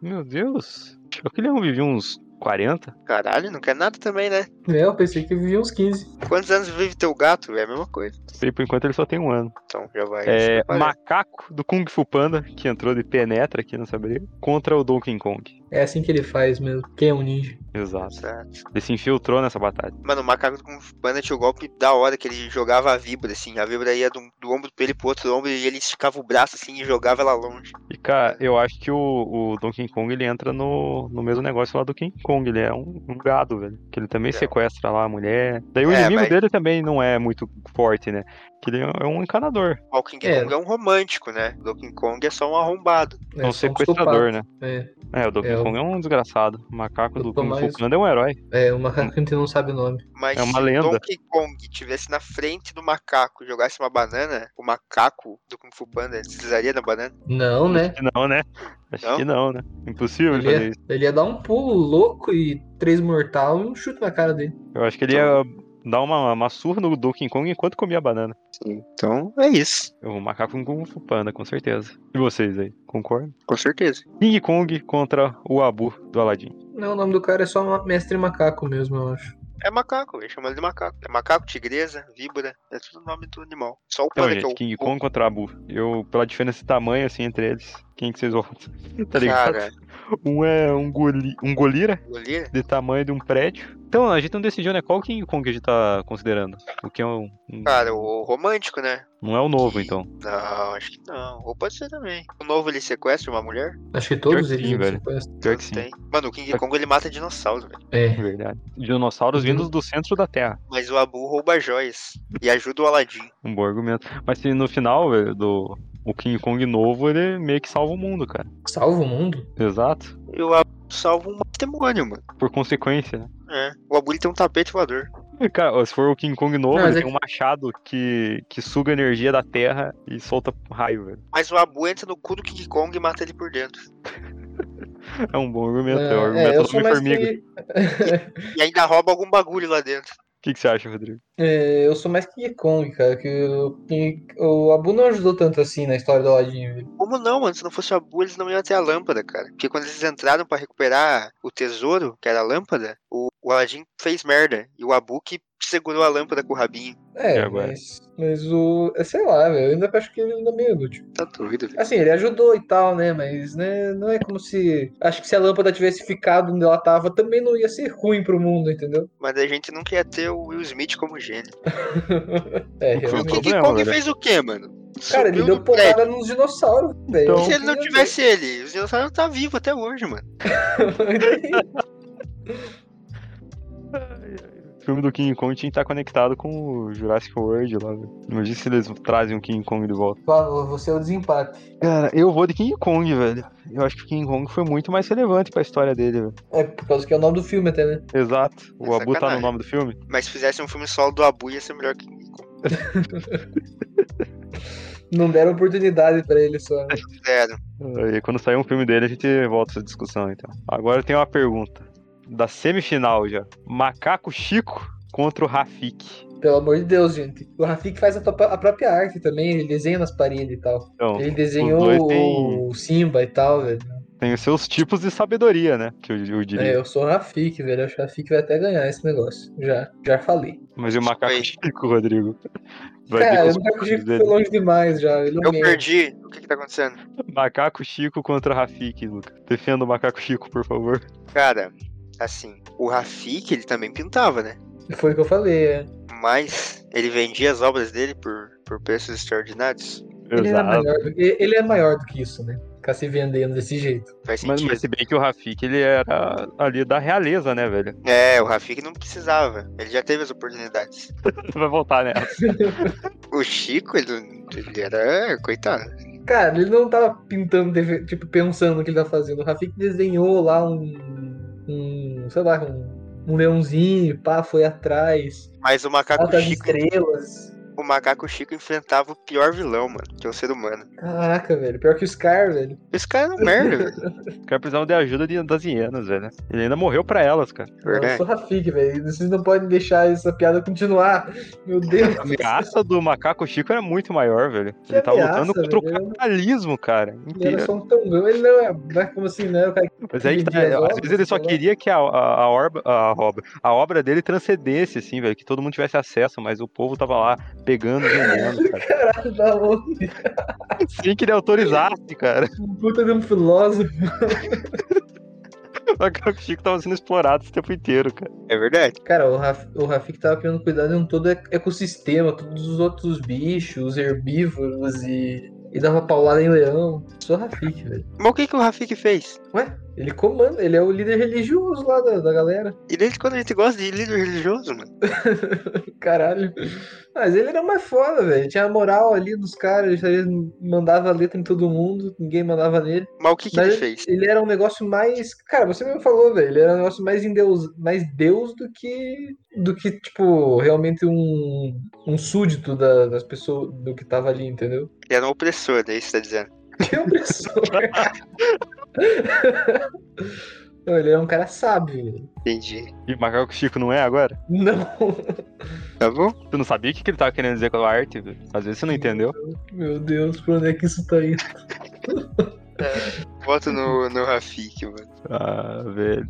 Speaker 1: Meu Deus. Achou que Leão vivia uns 40?
Speaker 3: Caralho, não quer nada também, né?
Speaker 2: é, eu pensei que vivia uns 15.
Speaker 3: Quantos anos vive teu gato? É a mesma coisa.
Speaker 1: E por enquanto ele só tem um ano.
Speaker 3: Então, já vai.
Speaker 1: É,
Speaker 3: já vai.
Speaker 1: macaco do Kung Fu Panda, que entrou de penetra aqui nessa briga, contra o Donkey Kong.
Speaker 2: É assim que ele faz mesmo. Quem é um ninja?
Speaker 1: Exato.
Speaker 3: Certo.
Speaker 1: Ele se infiltrou nessa batalha.
Speaker 3: Mano, o macaco com banda tinha o golpe da hora que ele jogava a víbora, assim. A víbora ia do, do ombro dele pro outro ombro e ele esticava o braço, assim, e jogava ela longe.
Speaker 1: E, cara, eu acho que o, o Donkey Kong ele entra no, no mesmo negócio lá do King Kong. Ele é um, um gado, velho. Que ele também
Speaker 3: Então.
Speaker 1: sequestra lá a mulher. Daí o
Speaker 3: É,
Speaker 1: inimigo
Speaker 3: mas-
Speaker 1: dele também não é muito forte, né? Que ele é um encanador.
Speaker 3: Ó, O King
Speaker 2: É.
Speaker 3: Kong é um romântico, né? O Donkey Kong é só um arrombado.
Speaker 1: É, um
Speaker 2: só
Speaker 1: sequestrador, né?
Speaker 2: É.
Speaker 1: É, o Donkey
Speaker 2: É, o-
Speaker 1: Kong é um desgraçado. O macaco
Speaker 2: Eu
Speaker 1: do
Speaker 2: tô
Speaker 1: Kung Fu
Speaker 2: mais-
Speaker 1: Panda é um herói.
Speaker 2: É, o macaco que a gente não sabe o nome.
Speaker 3: Mas
Speaker 1: É uma
Speaker 3: se
Speaker 1: lenda.
Speaker 3: o Donkey Kong tivesse na frente do macaco e jogasse uma banana, o macaco do Kung Fu Panda deslizaria na banana.
Speaker 2: Não, né?
Speaker 1: Acho que não, né? Acho
Speaker 3: Não?
Speaker 1: que não, né? Impossível ele
Speaker 2: Ele é
Speaker 1: fazer
Speaker 2: ia,
Speaker 1: isso.
Speaker 2: ele ia dar um pulo louco e três mortal e um chute na cara dele.
Speaker 1: Eu acho que ele ia
Speaker 3: Então-
Speaker 1: dar uma, uma surra no Donkey Kong enquanto comia banana.
Speaker 3: Sim. Então, é isso.
Speaker 1: O macaco com Kung Fu Panda, com certeza. E vocês aí, concordam?
Speaker 3: Com certeza.
Speaker 1: King Kong contra o Abu do Aladdin.
Speaker 2: Não, o nome do cara é só Ma- Mestre Macaco mesmo, eu acho.
Speaker 3: É macaco, eu chamo ele de macaco. É macaco, tigresa, víbora, é tudo o nome do animal. Só o
Speaker 1: Então,
Speaker 3: panda que é
Speaker 1: gente,
Speaker 3: o
Speaker 1: King
Speaker 3: o-
Speaker 1: Kong contra Abu. Eu, pela diferença de tamanho, assim, entre eles, quem que vocês votam? (laughs) Tá ligado?
Speaker 3: Cara,
Speaker 1: Um é um, goli... um golira
Speaker 3: goleira.
Speaker 1: de tamanho de um prédio. Então, a gente não decidiu, né? Qual King Kong a gente tá considerando? O que é um... um-
Speaker 3: Cara, o romântico, né?
Speaker 1: Não é o novo, então.
Speaker 3: Não, acho que não. Ou pode ser também. O novo ele sequestra uma mulher?
Speaker 2: Acho que
Speaker 1: Pior
Speaker 2: todos
Speaker 1: que
Speaker 2: eles
Speaker 1: sim,
Speaker 2: eles
Speaker 1: velho.
Speaker 2: sequestram.
Speaker 1: Pior
Speaker 3: Não
Speaker 1: que sim.
Speaker 3: Tem. Mano, o King Kong ele mata dinossauros, velho.
Speaker 2: É.
Speaker 1: Verdade. Dinossauros
Speaker 3: Uhum.
Speaker 1: vindos do centro da Terra.
Speaker 3: Mas o Abu rouba joias e ajuda o Aladdin.
Speaker 1: Um bom argumento. Mas se no final, velho, do o King Kong novo, ele meio que salva o mundo, cara.
Speaker 2: Salva o mundo?
Speaker 1: Exato.
Speaker 3: E o Abu salva um demônio, mano.
Speaker 1: Por consequência, né?
Speaker 3: É. O Abu ele tem um tapete voador.
Speaker 1: Cara, ó, se for o King Kong novo,
Speaker 2: Não, mas
Speaker 1: ele
Speaker 2: é
Speaker 1: tem um machado que, que suga energia da Terra e solta raio, velho.
Speaker 3: Mas o Abu entra no cu do King Kong e mata ele por dentro.
Speaker 1: É um bom argumento. É, um
Speaker 2: é,
Speaker 1: argumento
Speaker 2: eu
Speaker 1: do
Speaker 2: sou mais
Speaker 1: Homem-Formiga. O
Speaker 2: que.
Speaker 3: E ainda rouba algum bagulho lá dentro.
Speaker 1: que, que você acha, Rodrigo?
Speaker 2: (laughs) é, eu sou mais que King Kong, cara. Que o, que o Abu não ajudou tanto assim na história do Aladdin. velho.
Speaker 3: Como não, mano? Se não fosse o Abu, eles não iam até a lâmpada, cara. Porque quando eles entraram pra recuperar o tesouro, que era a lâmpada, o, o Aladdin fez merda. E o Abu que segurou a lâmpada com o rabinho.
Speaker 1: E
Speaker 2: É,
Speaker 1: agora?
Speaker 2: mas, mas o. é, Sei lá, velho. Eu ainda acho que ele ainda é meio inútil.
Speaker 3: Tá doido, velho.
Speaker 2: Assim, ele ajudou e tal, né? Mas né, não é como se. Acho que se a lâmpada tivesse ficado onde ela tava, também não ia ser ruim pro mundo, entendeu?
Speaker 3: Mas a gente nunca ia ter o Will Smith como gênio.
Speaker 2: É,
Speaker 1: Não foi
Speaker 3: O
Speaker 1: Não,
Speaker 2: realmente.
Speaker 3: King
Speaker 1: problema,
Speaker 3: Kong
Speaker 1: velho.
Speaker 3: fez o quê, mano?
Speaker 2: Cara, ele
Speaker 3: Subiu
Speaker 2: deu
Speaker 3: no prédio.
Speaker 2: porrada nos dinossauros, velho.
Speaker 1: é Então-
Speaker 3: Se ele não tivesse ele, os dinossauros tá vivo até hoje, mano.
Speaker 2: (laughs)
Speaker 1: O filme do King Kong tinha que estar conectado com o Jurassic World lá, velho. Imagina se eles trazem o King Kong de volta.
Speaker 2: Paulo, você é o desempate.
Speaker 1: Cara, eu vou de King Kong, velho. Eu acho que o King Kong foi muito mais relevante pra história dele, velho.
Speaker 2: É, por causa que é o nome do filme até, né?
Speaker 1: Exato. O
Speaker 3: É
Speaker 1: Abu tá no
Speaker 3: sacanagem.
Speaker 1: nome do filme?
Speaker 3: Mas se fizesse um filme solo do Abu, ia ser melhor que King Kong.
Speaker 2: Não deram oportunidade pra ele só. né?
Speaker 3: Zero.
Speaker 1: Ah, E quando sair um filme dele, a gente volta essa discussão, então. Agora eu tenho uma pergunta. Da semifinal já. Macaco Chico contra o Rafik.
Speaker 2: Pelo amor de Deus, gente. O Rafik faz a, tua- a própria arte também, ele desenha nas paredes e tal.
Speaker 1: Então,
Speaker 2: Ele desenhou
Speaker 1: dois têm-
Speaker 2: o Simba e tal, velho.
Speaker 1: tem os seus tipos de sabedoria, né? Que eu, eu
Speaker 2: É,
Speaker 1: diria.
Speaker 2: eu sou o Rafik, velho. Acho que o Rafik vai até ganhar esse negócio. Já, já falei.
Speaker 1: Mas e o Macaco
Speaker 3: Oi.
Speaker 1: Chico, Rodrigo? Vai ver
Speaker 2: Cara,
Speaker 1: com
Speaker 2: eu
Speaker 1: os
Speaker 2: não acredito
Speaker 1: truques
Speaker 2: que
Speaker 1: dele.
Speaker 2: foi longe demais já. Ele é um
Speaker 3: Eu
Speaker 2: merda.
Speaker 3: perdi. O que que tá acontecendo?
Speaker 1: Macaco Chico contra o Rafik, Luca. Defenda o Macaco Chico, por favor.
Speaker 3: Cara, assim, o Rafik, ele também pintava, né?
Speaker 2: Foi o que eu falei. é.
Speaker 3: Mas ele vendia as obras dele por, por preços extraordinários.
Speaker 2: Ele, é era
Speaker 1: Exato.
Speaker 2: maior do... e- ele é maior do que isso, né? Ficar se vendendo desse jeito.
Speaker 3: Faz
Speaker 1: Mas,
Speaker 3: sentido.
Speaker 1: mas se bem que o Rafik, ele era ali da realeza, né, velho? (laughs)
Speaker 3: É, o Rafik não precisava. Ele já teve as oportunidades.
Speaker 1: Vai voltar, né?
Speaker 3: O Chico, ele, ele era. Coitado.
Speaker 2: Cara, ele não tava pintando, teve- tipo, pensando no que ele tava fazendo. O Rafik desenhou lá um. um sei lá, um, um leãozinho, pá, foi atrás. tá
Speaker 3: Mas o macaco
Speaker 2: Altas
Speaker 3: Chico,
Speaker 2: estrelas.
Speaker 3: o macaco Chico enfrentava o pior vilão, mano, que é o ser humano.
Speaker 2: Caraca, velho. Pior que o Scar, velho.
Speaker 3: Esse cara é um merda, velho.
Speaker 1: Os caras precisavam de ajuda de- das hienas, velho. Ele ainda morreu pra elas, cara.
Speaker 2: Eu
Speaker 3: Verdade.
Speaker 2: sou Rafik, velho. Vocês não podem deixar essa piada continuar.
Speaker 1: (laughs)
Speaker 2: Meu Deus.
Speaker 1: A ameaça do macaco Chico era muito maior, velho.
Speaker 2: Que
Speaker 1: Ele tava
Speaker 2: ameaça,
Speaker 1: lutando contra
Speaker 2: velho?
Speaker 1: o capitalismo, cara.
Speaker 2: Ele era
Speaker 1: Inteiro.
Speaker 2: só um tangão. Ele não é. Não é como assim, né? O cara
Speaker 1: Mas aí que tá,
Speaker 2: dividir as
Speaker 1: às vezes ele
Speaker 2: obras,
Speaker 1: só
Speaker 2: sei lá.
Speaker 1: queria que a, a, a, orba- a obra, a obra dele transcendesse, assim, velho, que todo mundo tivesse acesso, mas o povo tava lá pegando,
Speaker 2: (laughs)
Speaker 1: vendendo, cara.
Speaker 2: Caralho, da onde?
Speaker 1: Sem que ele autorizasse, cara. (laughs)
Speaker 2: Um puta de um filósofo.
Speaker 1: O Macaco Chico tava sendo explorado esse tempo inteiro, cara.
Speaker 3: É verdade.
Speaker 2: Cara, o, Raf, o Rafik tava querendo cuidar de um todo ec- ecossistema, todos os outros bichos, herbívoros e. E dava paulada em leão. Só Rafik, velho.
Speaker 3: Mas o que, que o Rafik fez?
Speaker 2: Ué, ele comanda, ele é o líder religioso lá da, da galera.
Speaker 3: E desde quando a gente gosta de líder religioso, mano?
Speaker 2: Caralho. Mas ele era mais foda, velho. Tinha a moral ali dos caras, ele mandava letra em todo mundo, ninguém mandava nele.
Speaker 3: Mas o que, que
Speaker 2: Mas
Speaker 3: ele
Speaker 2: ele-
Speaker 3: fez?
Speaker 2: Ele era um negócio mais. Cara, você mesmo falou, velho. Ele era um negócio mais em Deus, mais Deus do que. do que, tipo, realmente um, um súdito da- das pessoas do que tava ali, entendeu? (laughs)
Speaker 3: Ele era um opressor, daí você tá dizendo.
Speaker 2: Que é opressor. (laughs) Não, ele era um cara sábio, velho.
Speaker 3: Entendi.
Speaker 1: E o Macaco Chico não é agora?
Speaker 2: Não. (laughs)
Speaker 3: Tá bom?
Speaker 1: Tu não sabia o que que ele tava querendo dizer com a arte, velho? Às vezes você não entendeu.
Speaker 2: Meu Deus, pra onde é que isso tá indo?
Speaker 3: Voto no, no Rafik, mano.
Speaker 1: Ah, velho.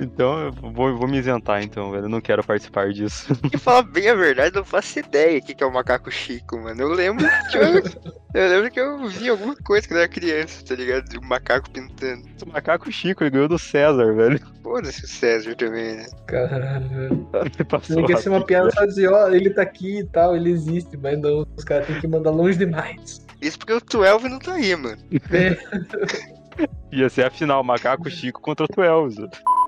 Speaker 1: Então eu vou, vou me isentar, então, velho. Eu não quero participar disso.
Speaker 3: E falar bem a verdade, eu não faço ideia o que, que é o macaco Chico, mano. Eu lembro que eu,
Speaker 1: (laughs)
Speaker 3: eu lembro que eu vi alguma coisa quando eu era criança, tá ligado? De um macaco pintando.
Speaker 1: O Macaco Chico, ele ganhou do César, velho. (laughs)
Speaker 3: Foda-se o César também, né?
Speaker 2: Caralho, velho.
Speaker 1: Ele passou
Speaker 2: Ele quer ser uma
Speaker 1: rápido,
Speaker 2: piada só dizer, ó, ele tá aqui e tal, ele existe, mas não, os caras têm que mandar longe demais.
Speaker 3: Isso porque o 12 não tá aí, mano.
Speaker 1: Ia ser a final, Macaco Chico contra o Twelves.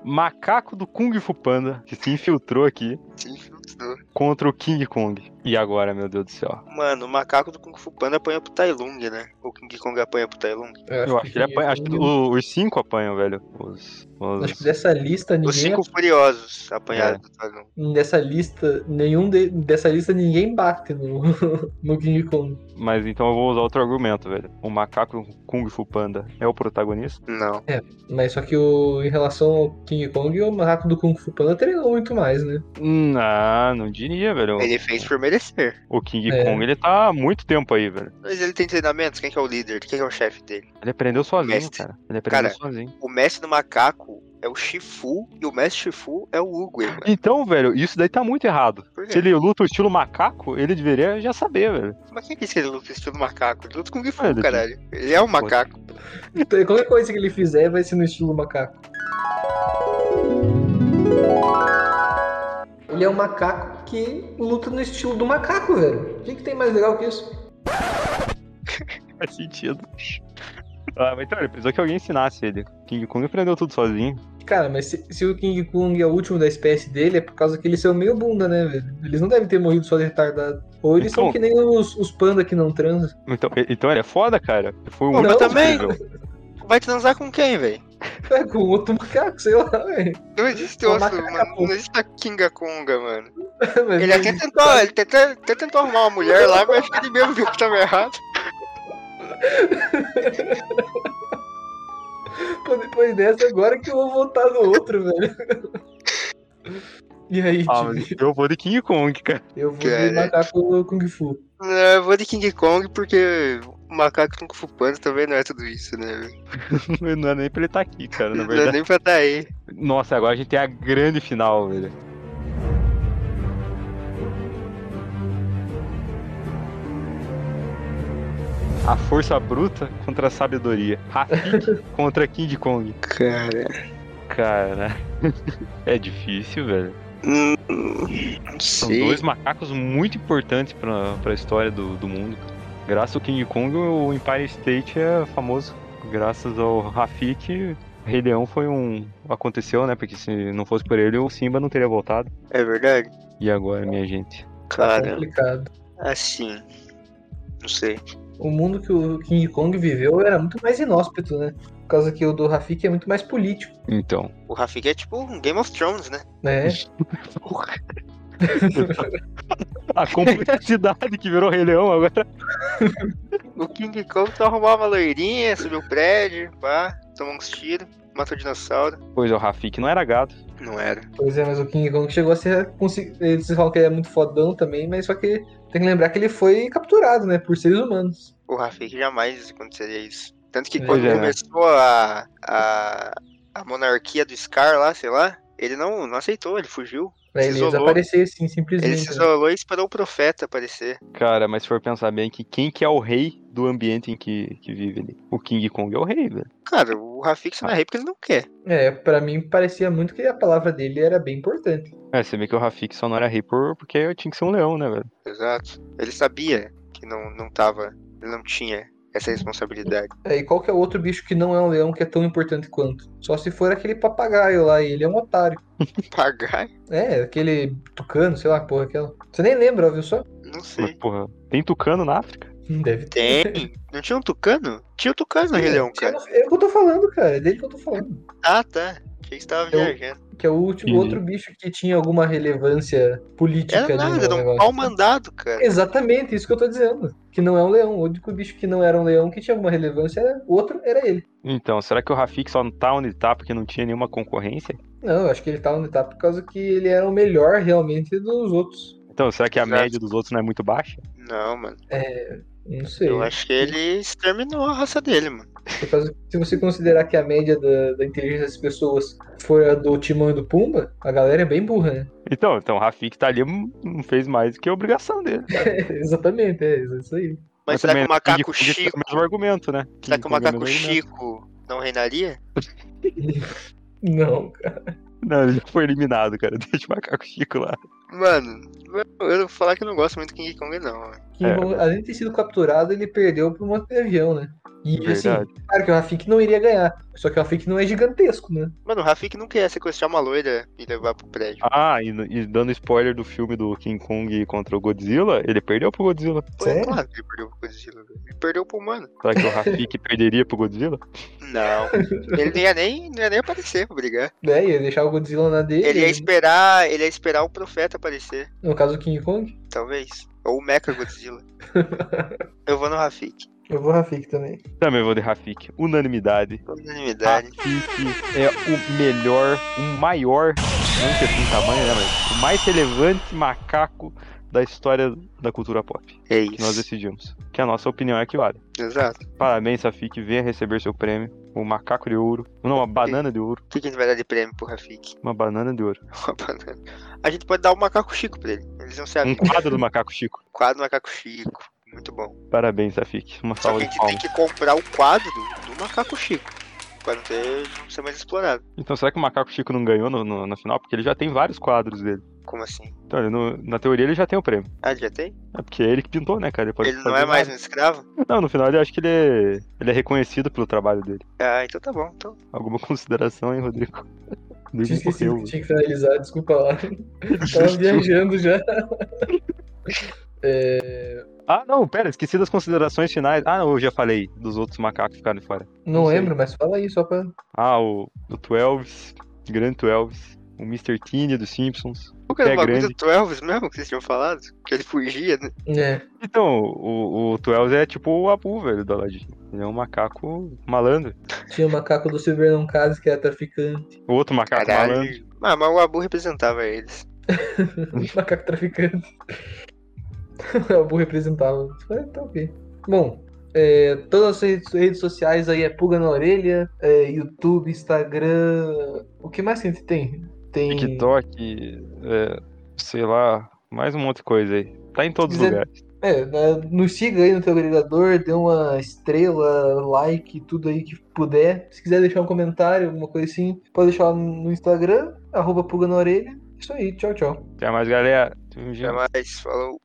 Speaker 1: Macaco do Kung Fu Panda, que se infiltrou aqui
Speaker 3: Se infiltrou.
Speaker 1: contra o King Kong. E agora, meu Deus do céu?
Speaker 3: Mano, o macaco do Kung Fu Panda apanha pro Tai Lung, né? O King Kong apanha pro Tai Lung.
Speaker 1: Eu acho que, ele apanha, acho que o- os cinco apanham, velho. Os, os-
Speaker 2: Acho que dessa lista
Speaker 3: Os
Speaker 2: ninguém.
Speaker 3: cinco furiosos apanharam do Tai Lung.
Speaker 2: Dessa lista, nenhum de- dessa lista ninguém bate no, (laughs) no King Kong.
Speaker 1: Mas então eu vou usar outro argumento, velho. O macaco do Kung Fu Panda é o protagonista?
Speaker 3: Não.
Speaker 2: Mas só que o, em relação ao King Kong, o macaco do Kung Fu Panda treinou muito mais, né?
Speaker 1: Não, Hum, ah, não diria, velho.
Speaker 3: Ele fez por merecer.
Speaker 1: O King
Speaker 2: É.
Speaker 1: Kong, ele tá há muito tempo aí, velho.
Speaker 3: Mas ele tem treinamentos? Quem que é o líder? Quem que é o chefe dele?
Speaker 1: Ele aprendeu sozinho,
Speaker 3: Mestre.
Speaker 1: cara. Ele aprendeu
Speaker 3: Cara.
Speaker 1: sozinho.
Speaker 3: O mestre do macaco é o Shifu e o mestre Shifu é o Uguay, mano.
Speaker 1: Então, velho, isso daí tá muito errado.
Speaker 3: Por quê?
Speaker 1: Se ele luta o estilo macaco, ele deveria já saber, velho.
Speaker 3: Mas quem é disse que ele luta estilo macaco? Ele luta com o Gifu,
Speaker 1: Ah, Ele-
Speaker 3: caralho. Ele é um macaco.
Speaker 2: Então, qualquer coisa que ele fizer vai ser no estilo macaco. Ele é um macaco que luta no estilo do macaco, velho. O que, que tem mais legal que isso?
Speaker 1: Faz sentido. Ah, mas então, ele precisou que alguém ensinasse ele. King Kong aprendeu tudo sozinho.
Speaker 2: Cara, mas se, se o King Kong é o último da espécie dele, é por causa que eles são meio bunda, né, velho? Eles não devem ter morrido só de retardado. Ou eles são
Speaker 1: Então-
Speaker 2: que nem os, os panda que não transam.
Speaker 1: Então, e- então ele é foda, cara. Foi um
Speaker 3: Pô, mas também-
Speaker 1: incrível.
Speaker 3: Vai transar com quem, velho?
Speaker 2: É, com outro macaco, sei lá, (laughs) velho.
Speaker 3: Não existe
Speaker 2: É um
Speaker 3: osso,
Speaker 2: macaco.
Speaker 3: mano. Não existe a Kinga Konga, mano.
Speaker 2: Mas
Speaker 3: Ele até tentou, ele até, até tentou arrumar uma mulher lá, mas acho que ele mesmo viu que tava errado.
Speaker 2: pô, depois dessa, agora que eu vou voltar no outro, velho. (laughs) E aí,
Speaker 1: Ah,
Speaker 2: time?
Speaker 1: mas eu vou de King Kong, cara. (laughs)
Speaker 2: Eu vou
Speaker 3: Cara.
Speaker 2: de macaco Kung Fu.
Speaker 3: Não, eu vou de King Kong porque o macaco com Fu Panda também não é tudo isso, né, velho?
Speaker 1: Não é nem pra ele estar aqui, cara, na
Speaker 3: Não dá
Speaker 1: verdade.
Speaker 3: nem pra tá aí.
Speaker 1: Nossa, agora a gente tem a grande final, velho. A força bruta contra a sabedoria.
Speaker 3: (laughs)
Speaker 1: Rafik contra King Kong.
Speaker 3: Cara.
Speaker 1: Cara, é difícil, velho.
Speaker 3: hum, Não
Speaker 1: São
Speaker 3: sei.
Speaker 1: dois macacos muito importantes pra, pra história do, do mundo. Graças ao King Kong, o Empire State é famoso. Graças ao Rafik, Rei Leão foi um. Aconteceu, né? Porque se não fosse por ele, o Simba não teria voltado.
Speaker 3: É verdade?
Speaker 2: Tá
Speaker 1: E agora, minha gente?
Speaker 3: Cara,
Speaker 2: Complicado.
Speaker 3: assim. Não sei.
Speaker 2: o mundo que o King Kong viveu era muito mais inóspito, né? Por causa que o do Rafik é muito mais político,
Speaker 1: Então.
Speaker 3: O Rafik é tipo um Game of Thrones, né?
Speaker 2: né?
Speaker 1: A complexidade que virou Rei Leão agora.
Speaker 3: O King Kong só arrumava uma loirinha, subiu o prédio, pá, tomou uns tiros, matou o dinossauro.
Speaker 1: Pois é, o Rafik não era gado.
Speaker 3: Não era.
Speaker 2: Pois é, mas o King Kong chegou a ser. consi- Eles falam que ele é muito fodão também, mas só que tem que lembrar que ele foi capturado, né? Por seres humanos.
Speaker 3: O Rafik jamais aconteceria isso. Tanto que
Speaker 2: Pois
Speaker 3: quando
Speaker 1: é, né?
Speaker 3: começou a, a, a monarquia do Scar lá, sei lá, ele não, não aceitou, ele fugiu.
Speaker 2: Pra
Speaker 3: Se
Speaker 2: Né? ele
Speaker 3: isolou.
Speaker 2: desaparecer, assim,
Speaker 3: Ele
Speaker 2: simplesmente.
Speaker 3: se
Speaker 2: né?
Speaker 3: isolou e esperou o profeta aparecer.
Speaker 1: Cara, mas se for pensar bem que quem que é o rei do ambiente em que, que vive ali? O King Kong é o rei, velho.
Speaker 3: Cara, o Rafik só não é rei porque ele não quer.
Speaker 2: É, pra mim parecia muito que a palavra dele era bem importante.
Speaker 1: É, você vê que o Rafik só não era rei por, porque eu tinha que ser um leão, né, velho?
Speaker 3: Exato. Ele sabia que não, não tava, ele não tinha essa responsabilidade.
Speaker 2: É, e qual que é o outro bicho que não é um leão que é tão importante quanto? Só se for aquele papagaio lá, e ele é um otário.
Speaker 3: (laughs) Pagar?
Speaker 2: É, aquele tucano, sei lá, porra, aquela. Você nem lembra, viu só?
Speaker 3: Não
Speaker 1: Mas,
Speaker 3: sei.
Speaker 1: porra, tem tucano na África?
Speaker 2: Hum, Deve ter.
Speaker 3: Tem. Não tinha um tucano? Tinha um tucano no Rei Leão, cara.
Speaker 2: É o que eu tô falando, cara. É dele que eu tô falando.
Speaker 3: Ah, tá. Achei que você tava
Speaker 2: Eu-
Speaker 3: viajando.
Speaker 2: Que é o último,
Speaker 1: Entendi.
Speaker 2: outro bicho que tinha alguma relevância política
Speaker 3: Era
Speaker 2: ali no
Speaker 3: nada, era um
Speaker 2: negócio.
Speaker 3: pau mandado, cara.
Speaker 2: Exatamente, isso que eu tô dizendo. Que não é um leão. O único bicho que não era um leão que tinha alguma relevância era outro, era ele.
Speaker 1: Então, será que o Rafik só não tá onde tá porque não tinha nenhuma concorrência?
Speaker 2: Não, eu acho que ele tá onde tá por causa que ele era o melhor realmente dos outros.
Speaker 1: Então, será que a
Speaker 3: Exato.
Speaker 1: média dos outros não é muito baixa?
Speaker 3: Não, mano.
Speaker 2: É, Não sei.
Speaker 3: Eu acho que ele exterminou a raça dele, mano.
Speaker 2: Por causa que se você considerar que a média da, da inteligência das pessoas for a do Timão e do Pumba, a galera é bem burra, né? (laughs)
Speaker 1: Então, então o Rafik tá ali, hum, não fez mais do que a obrigação dele.
Speaker 2: Exatamente, é isso aí.
Speaker 3: Mas, será que
Speaker 1: também
Speaker 3: o macaco
Speaker 1: King Kong é
Speaker 3: Chico.
Speaker 1: o mesmo argumento, né?
Speaker 3: Será
Speaker 1: King
Speaker 3: que
Speaker 1: Kong é
Speaker 3: o macaco
Speaker 1: mesmo argumento.
Speaker 3: Chico não reinaria?
Speaker 2: Não, cara.
Speaker 1: Não, ele foi eliminado, cara. (laughs) Deixa o macaco Chico lá.
Speaker 3: Mano, eu vou falar que eu não gosto muito do King Kong, não. mano.
Speaker 2: Que,
Speaker 1: É.
Speaker 2: Além de ter sido capturado, ele perdeu pro monte de avião, né? E assim,
Speaker 1: Verdade.
Speaker 2: claro que o Rafik não iria ganhar. Só que o Rafik não é gigantesco, né?
Speaker 3: Mano, o Rafik não quer sequestrar uma loira e levar pro prédio.
Speaker 1: Ah, e, e dando spoiler do filme do King Kong contra o Godzilla, ele perdeu pro Godzilla.
Speaker 3: Pô, é
Speaker 2: sério?
Speaker 3: Claro que ele perdeu pro Godzilla. velho. Ele perdeu pro humano.
Speaker 1: Será que o Rafik (laughs) perderia pro Godzilla?
Speaker 2: (laughs)
Speaker 3: Não. Ele não ia nem, não ia nem aparecer pra brigar.
Speaker 2: É, ia deixar o Godzilla na dele. né?
Speaker 3: Ele é ia esperar, ele ia esperar o profeta aparecer.
Speaker 2: No caso do King Kong.
Speaker 3: Talvez. Ou o Mecha
Speaker 1: (laughs)
Speaker 3: Godzilla. Eu vou no Rafik.
Speaker 2: Eu vou Rafik também.
Speaker 1: Também vou de Rafik. Unanimidade.
Speaker 3: Unanimidade.
Speaker 1: Rafik é o melhor, o maior, não que assim tamanho, né, mas o mais relevante macaco da história da cultura pop.
Speaker 3: É
Speaker 1: Que Ah, nós
Speaker 3: isso.
Speaker 1: decidimos. Que a nossa opinião é que vale.
Speaker 3: Exato.
Speaker 1: Parabéns, Rafik. Venha receber seu prêmio. O macaco de ouro. Não, a banana de ouro.
Speaker 3: O que que a gente vai dar de prêmio pro Rafik?
Speaker 1: Uma banana de ouro.
Speaker 3: (laughs) Uma banana. A gente pode dar o macaco Chico pra ele. Eles vão ser
Speaker 1: Um
Speaker 3: amigos. Um
Speaker 1: quadro do macaco Chico.
Speaker 3: Quadro do macaco Chico. Muito bom.
Speaker 1: Parabéns, Rafik. Uma
Speaker 3: Só que
Speaker 1: salva
Speaker 3: a
Speaker 1: de
Speaker 3: gente
Speaker 1: palmas.
Speaker 3: tem que comprar o quadro do macaco Chico. Pra não ter não ser mais explorado.
Speaker 1: Então será que o Macaco Chico não ganhou no, no- na final? Porque ele já tem vários quadros dele.
Speaker 3: Como assim?
Speaker 1: Então, ele não- na teoria, ele já tem o prêmio.
Speaker 3: Ah, ele já tem?
Speaker 1: É porque é ele que pintou, né, cara? Ele, pode
Speaker 3: Ele não
Speaker 1: fazer
Speaker 3: é mais um
Speaker 1: nada.
Speaker 3: escravo?
Speaker 1: Não, no final, ele acho que ele é, ele é reconhecido pelo trabalho dele.
Speaker 3: Ah, então tá bom. Então.
Speaker 1: Alguma (laughs) consideração, hein, Rodrigo? (laughs) Rodrigo
Speaker 2: Tinha esquecido
Speaker 1: morreu.
Speaker 2: que tinha que finalizar, desculpa lá. Tava viajando já.
Speaker 1: Ah, não, pera, esqueci das considerações finais. Ah, não, eu já falei dos outros macacos que ficaram fora.
Speaker 2: Não
Speaker 1: Sei.
Speaker 2: lembro, mas fala aí, só pra.
Speaker 1: Ah, o, o Twelves, grande Twelves, o Mr. Teeny dos Simpsons.
Speaker 3: Qual que era
Speaker 1: É
Speaker 3: o bagulho
Speaker 1: grande.
Speaker 3: do Twelves mesmo que vocês tinham falado? Que ele fugia, né?
Speaker 2: É.
Speaker 1: Então, o, o Twelves é tipo o Abu, velho, do Aladdin. Ele é um macaco malandro.
Speaker 2: Tinha o macaco do Silver não casa que era traficante.
Speaker 1: O outro macaco malandro.
Speaker 3: Caralho. Ah, mas o Abu representava eles.
Speaker 2: né? (laughs) macaco traficante. (laughs) o Abu representava. É, tá ok. Bom, é, todas as redes- redes sociais aí é Puga na Orelha, é, YouTube, Instagram. O que mais que a gente tem? Tem.
Speaker 1: TikTok, é, sei lá, mais um monte de coisa aí. Tá em todos os
Speaker 2: Dizer-
Speaker 1: lugares.
Speaker 2: É, né, nos siga aí no teu agregador, dê uma estrela, like, tudo aí que puder. Se quiser deixar um comentário, alguma coisa assim, pode deixar lá no Instagram, arroba Puga na Orelha. É Isso aí, tchau, tchau.
Speaker 1: Até mais, galera. um É.
Speaker 3: Até mais. Falou.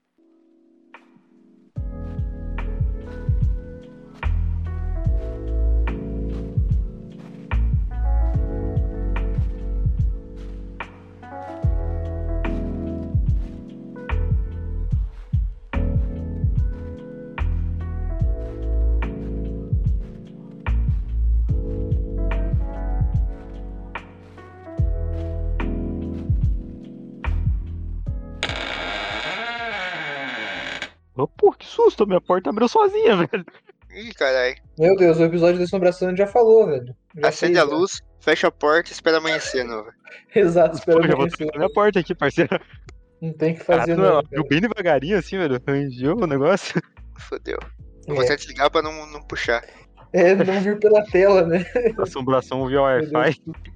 Speaker 1: Ô, Pô, que susto, minha porta abriu sozinha, (laughs) velho.
Speaker 3: Ih, caralho.
Speaker 2: Meu Deus, o episódio da assombração a gente já falou, velho. Já
Speaker 3: Acende
Speaker 2: fez,
Speaker 3: a
Speaker 2: né?
Speaker 3: luz, fecha a porta e espera amanhecer, novo.
Speaker 2: Exato, espera
Speaker 1: Pô, já vou Ah,
Speaker 2: amanhecer.
Speaker 1: trancar minha porta aqui, parceiro.
Speaker 2: Não tem o
Speaker 1: (laughs)
Speaker 2: que
Speaker 1: Caraca,
Speaker 2: um fazer, né, um
Speaker 1: ela
Speaker 2: não.
Speaker 1: abriu bem devagarinho assim, velho. Arranjou o negócio. (laughs)
Speaker 3: Fodeu.
Speaker 2: cara.
Speaker 3: Vou até desligar pra não, não puxar.
Speaker 2: É, é não vir pela tela, né?
Speaker 1: Assombração via
Speaker 2: Meu Deus.
Speaker 1: Wi-Fi.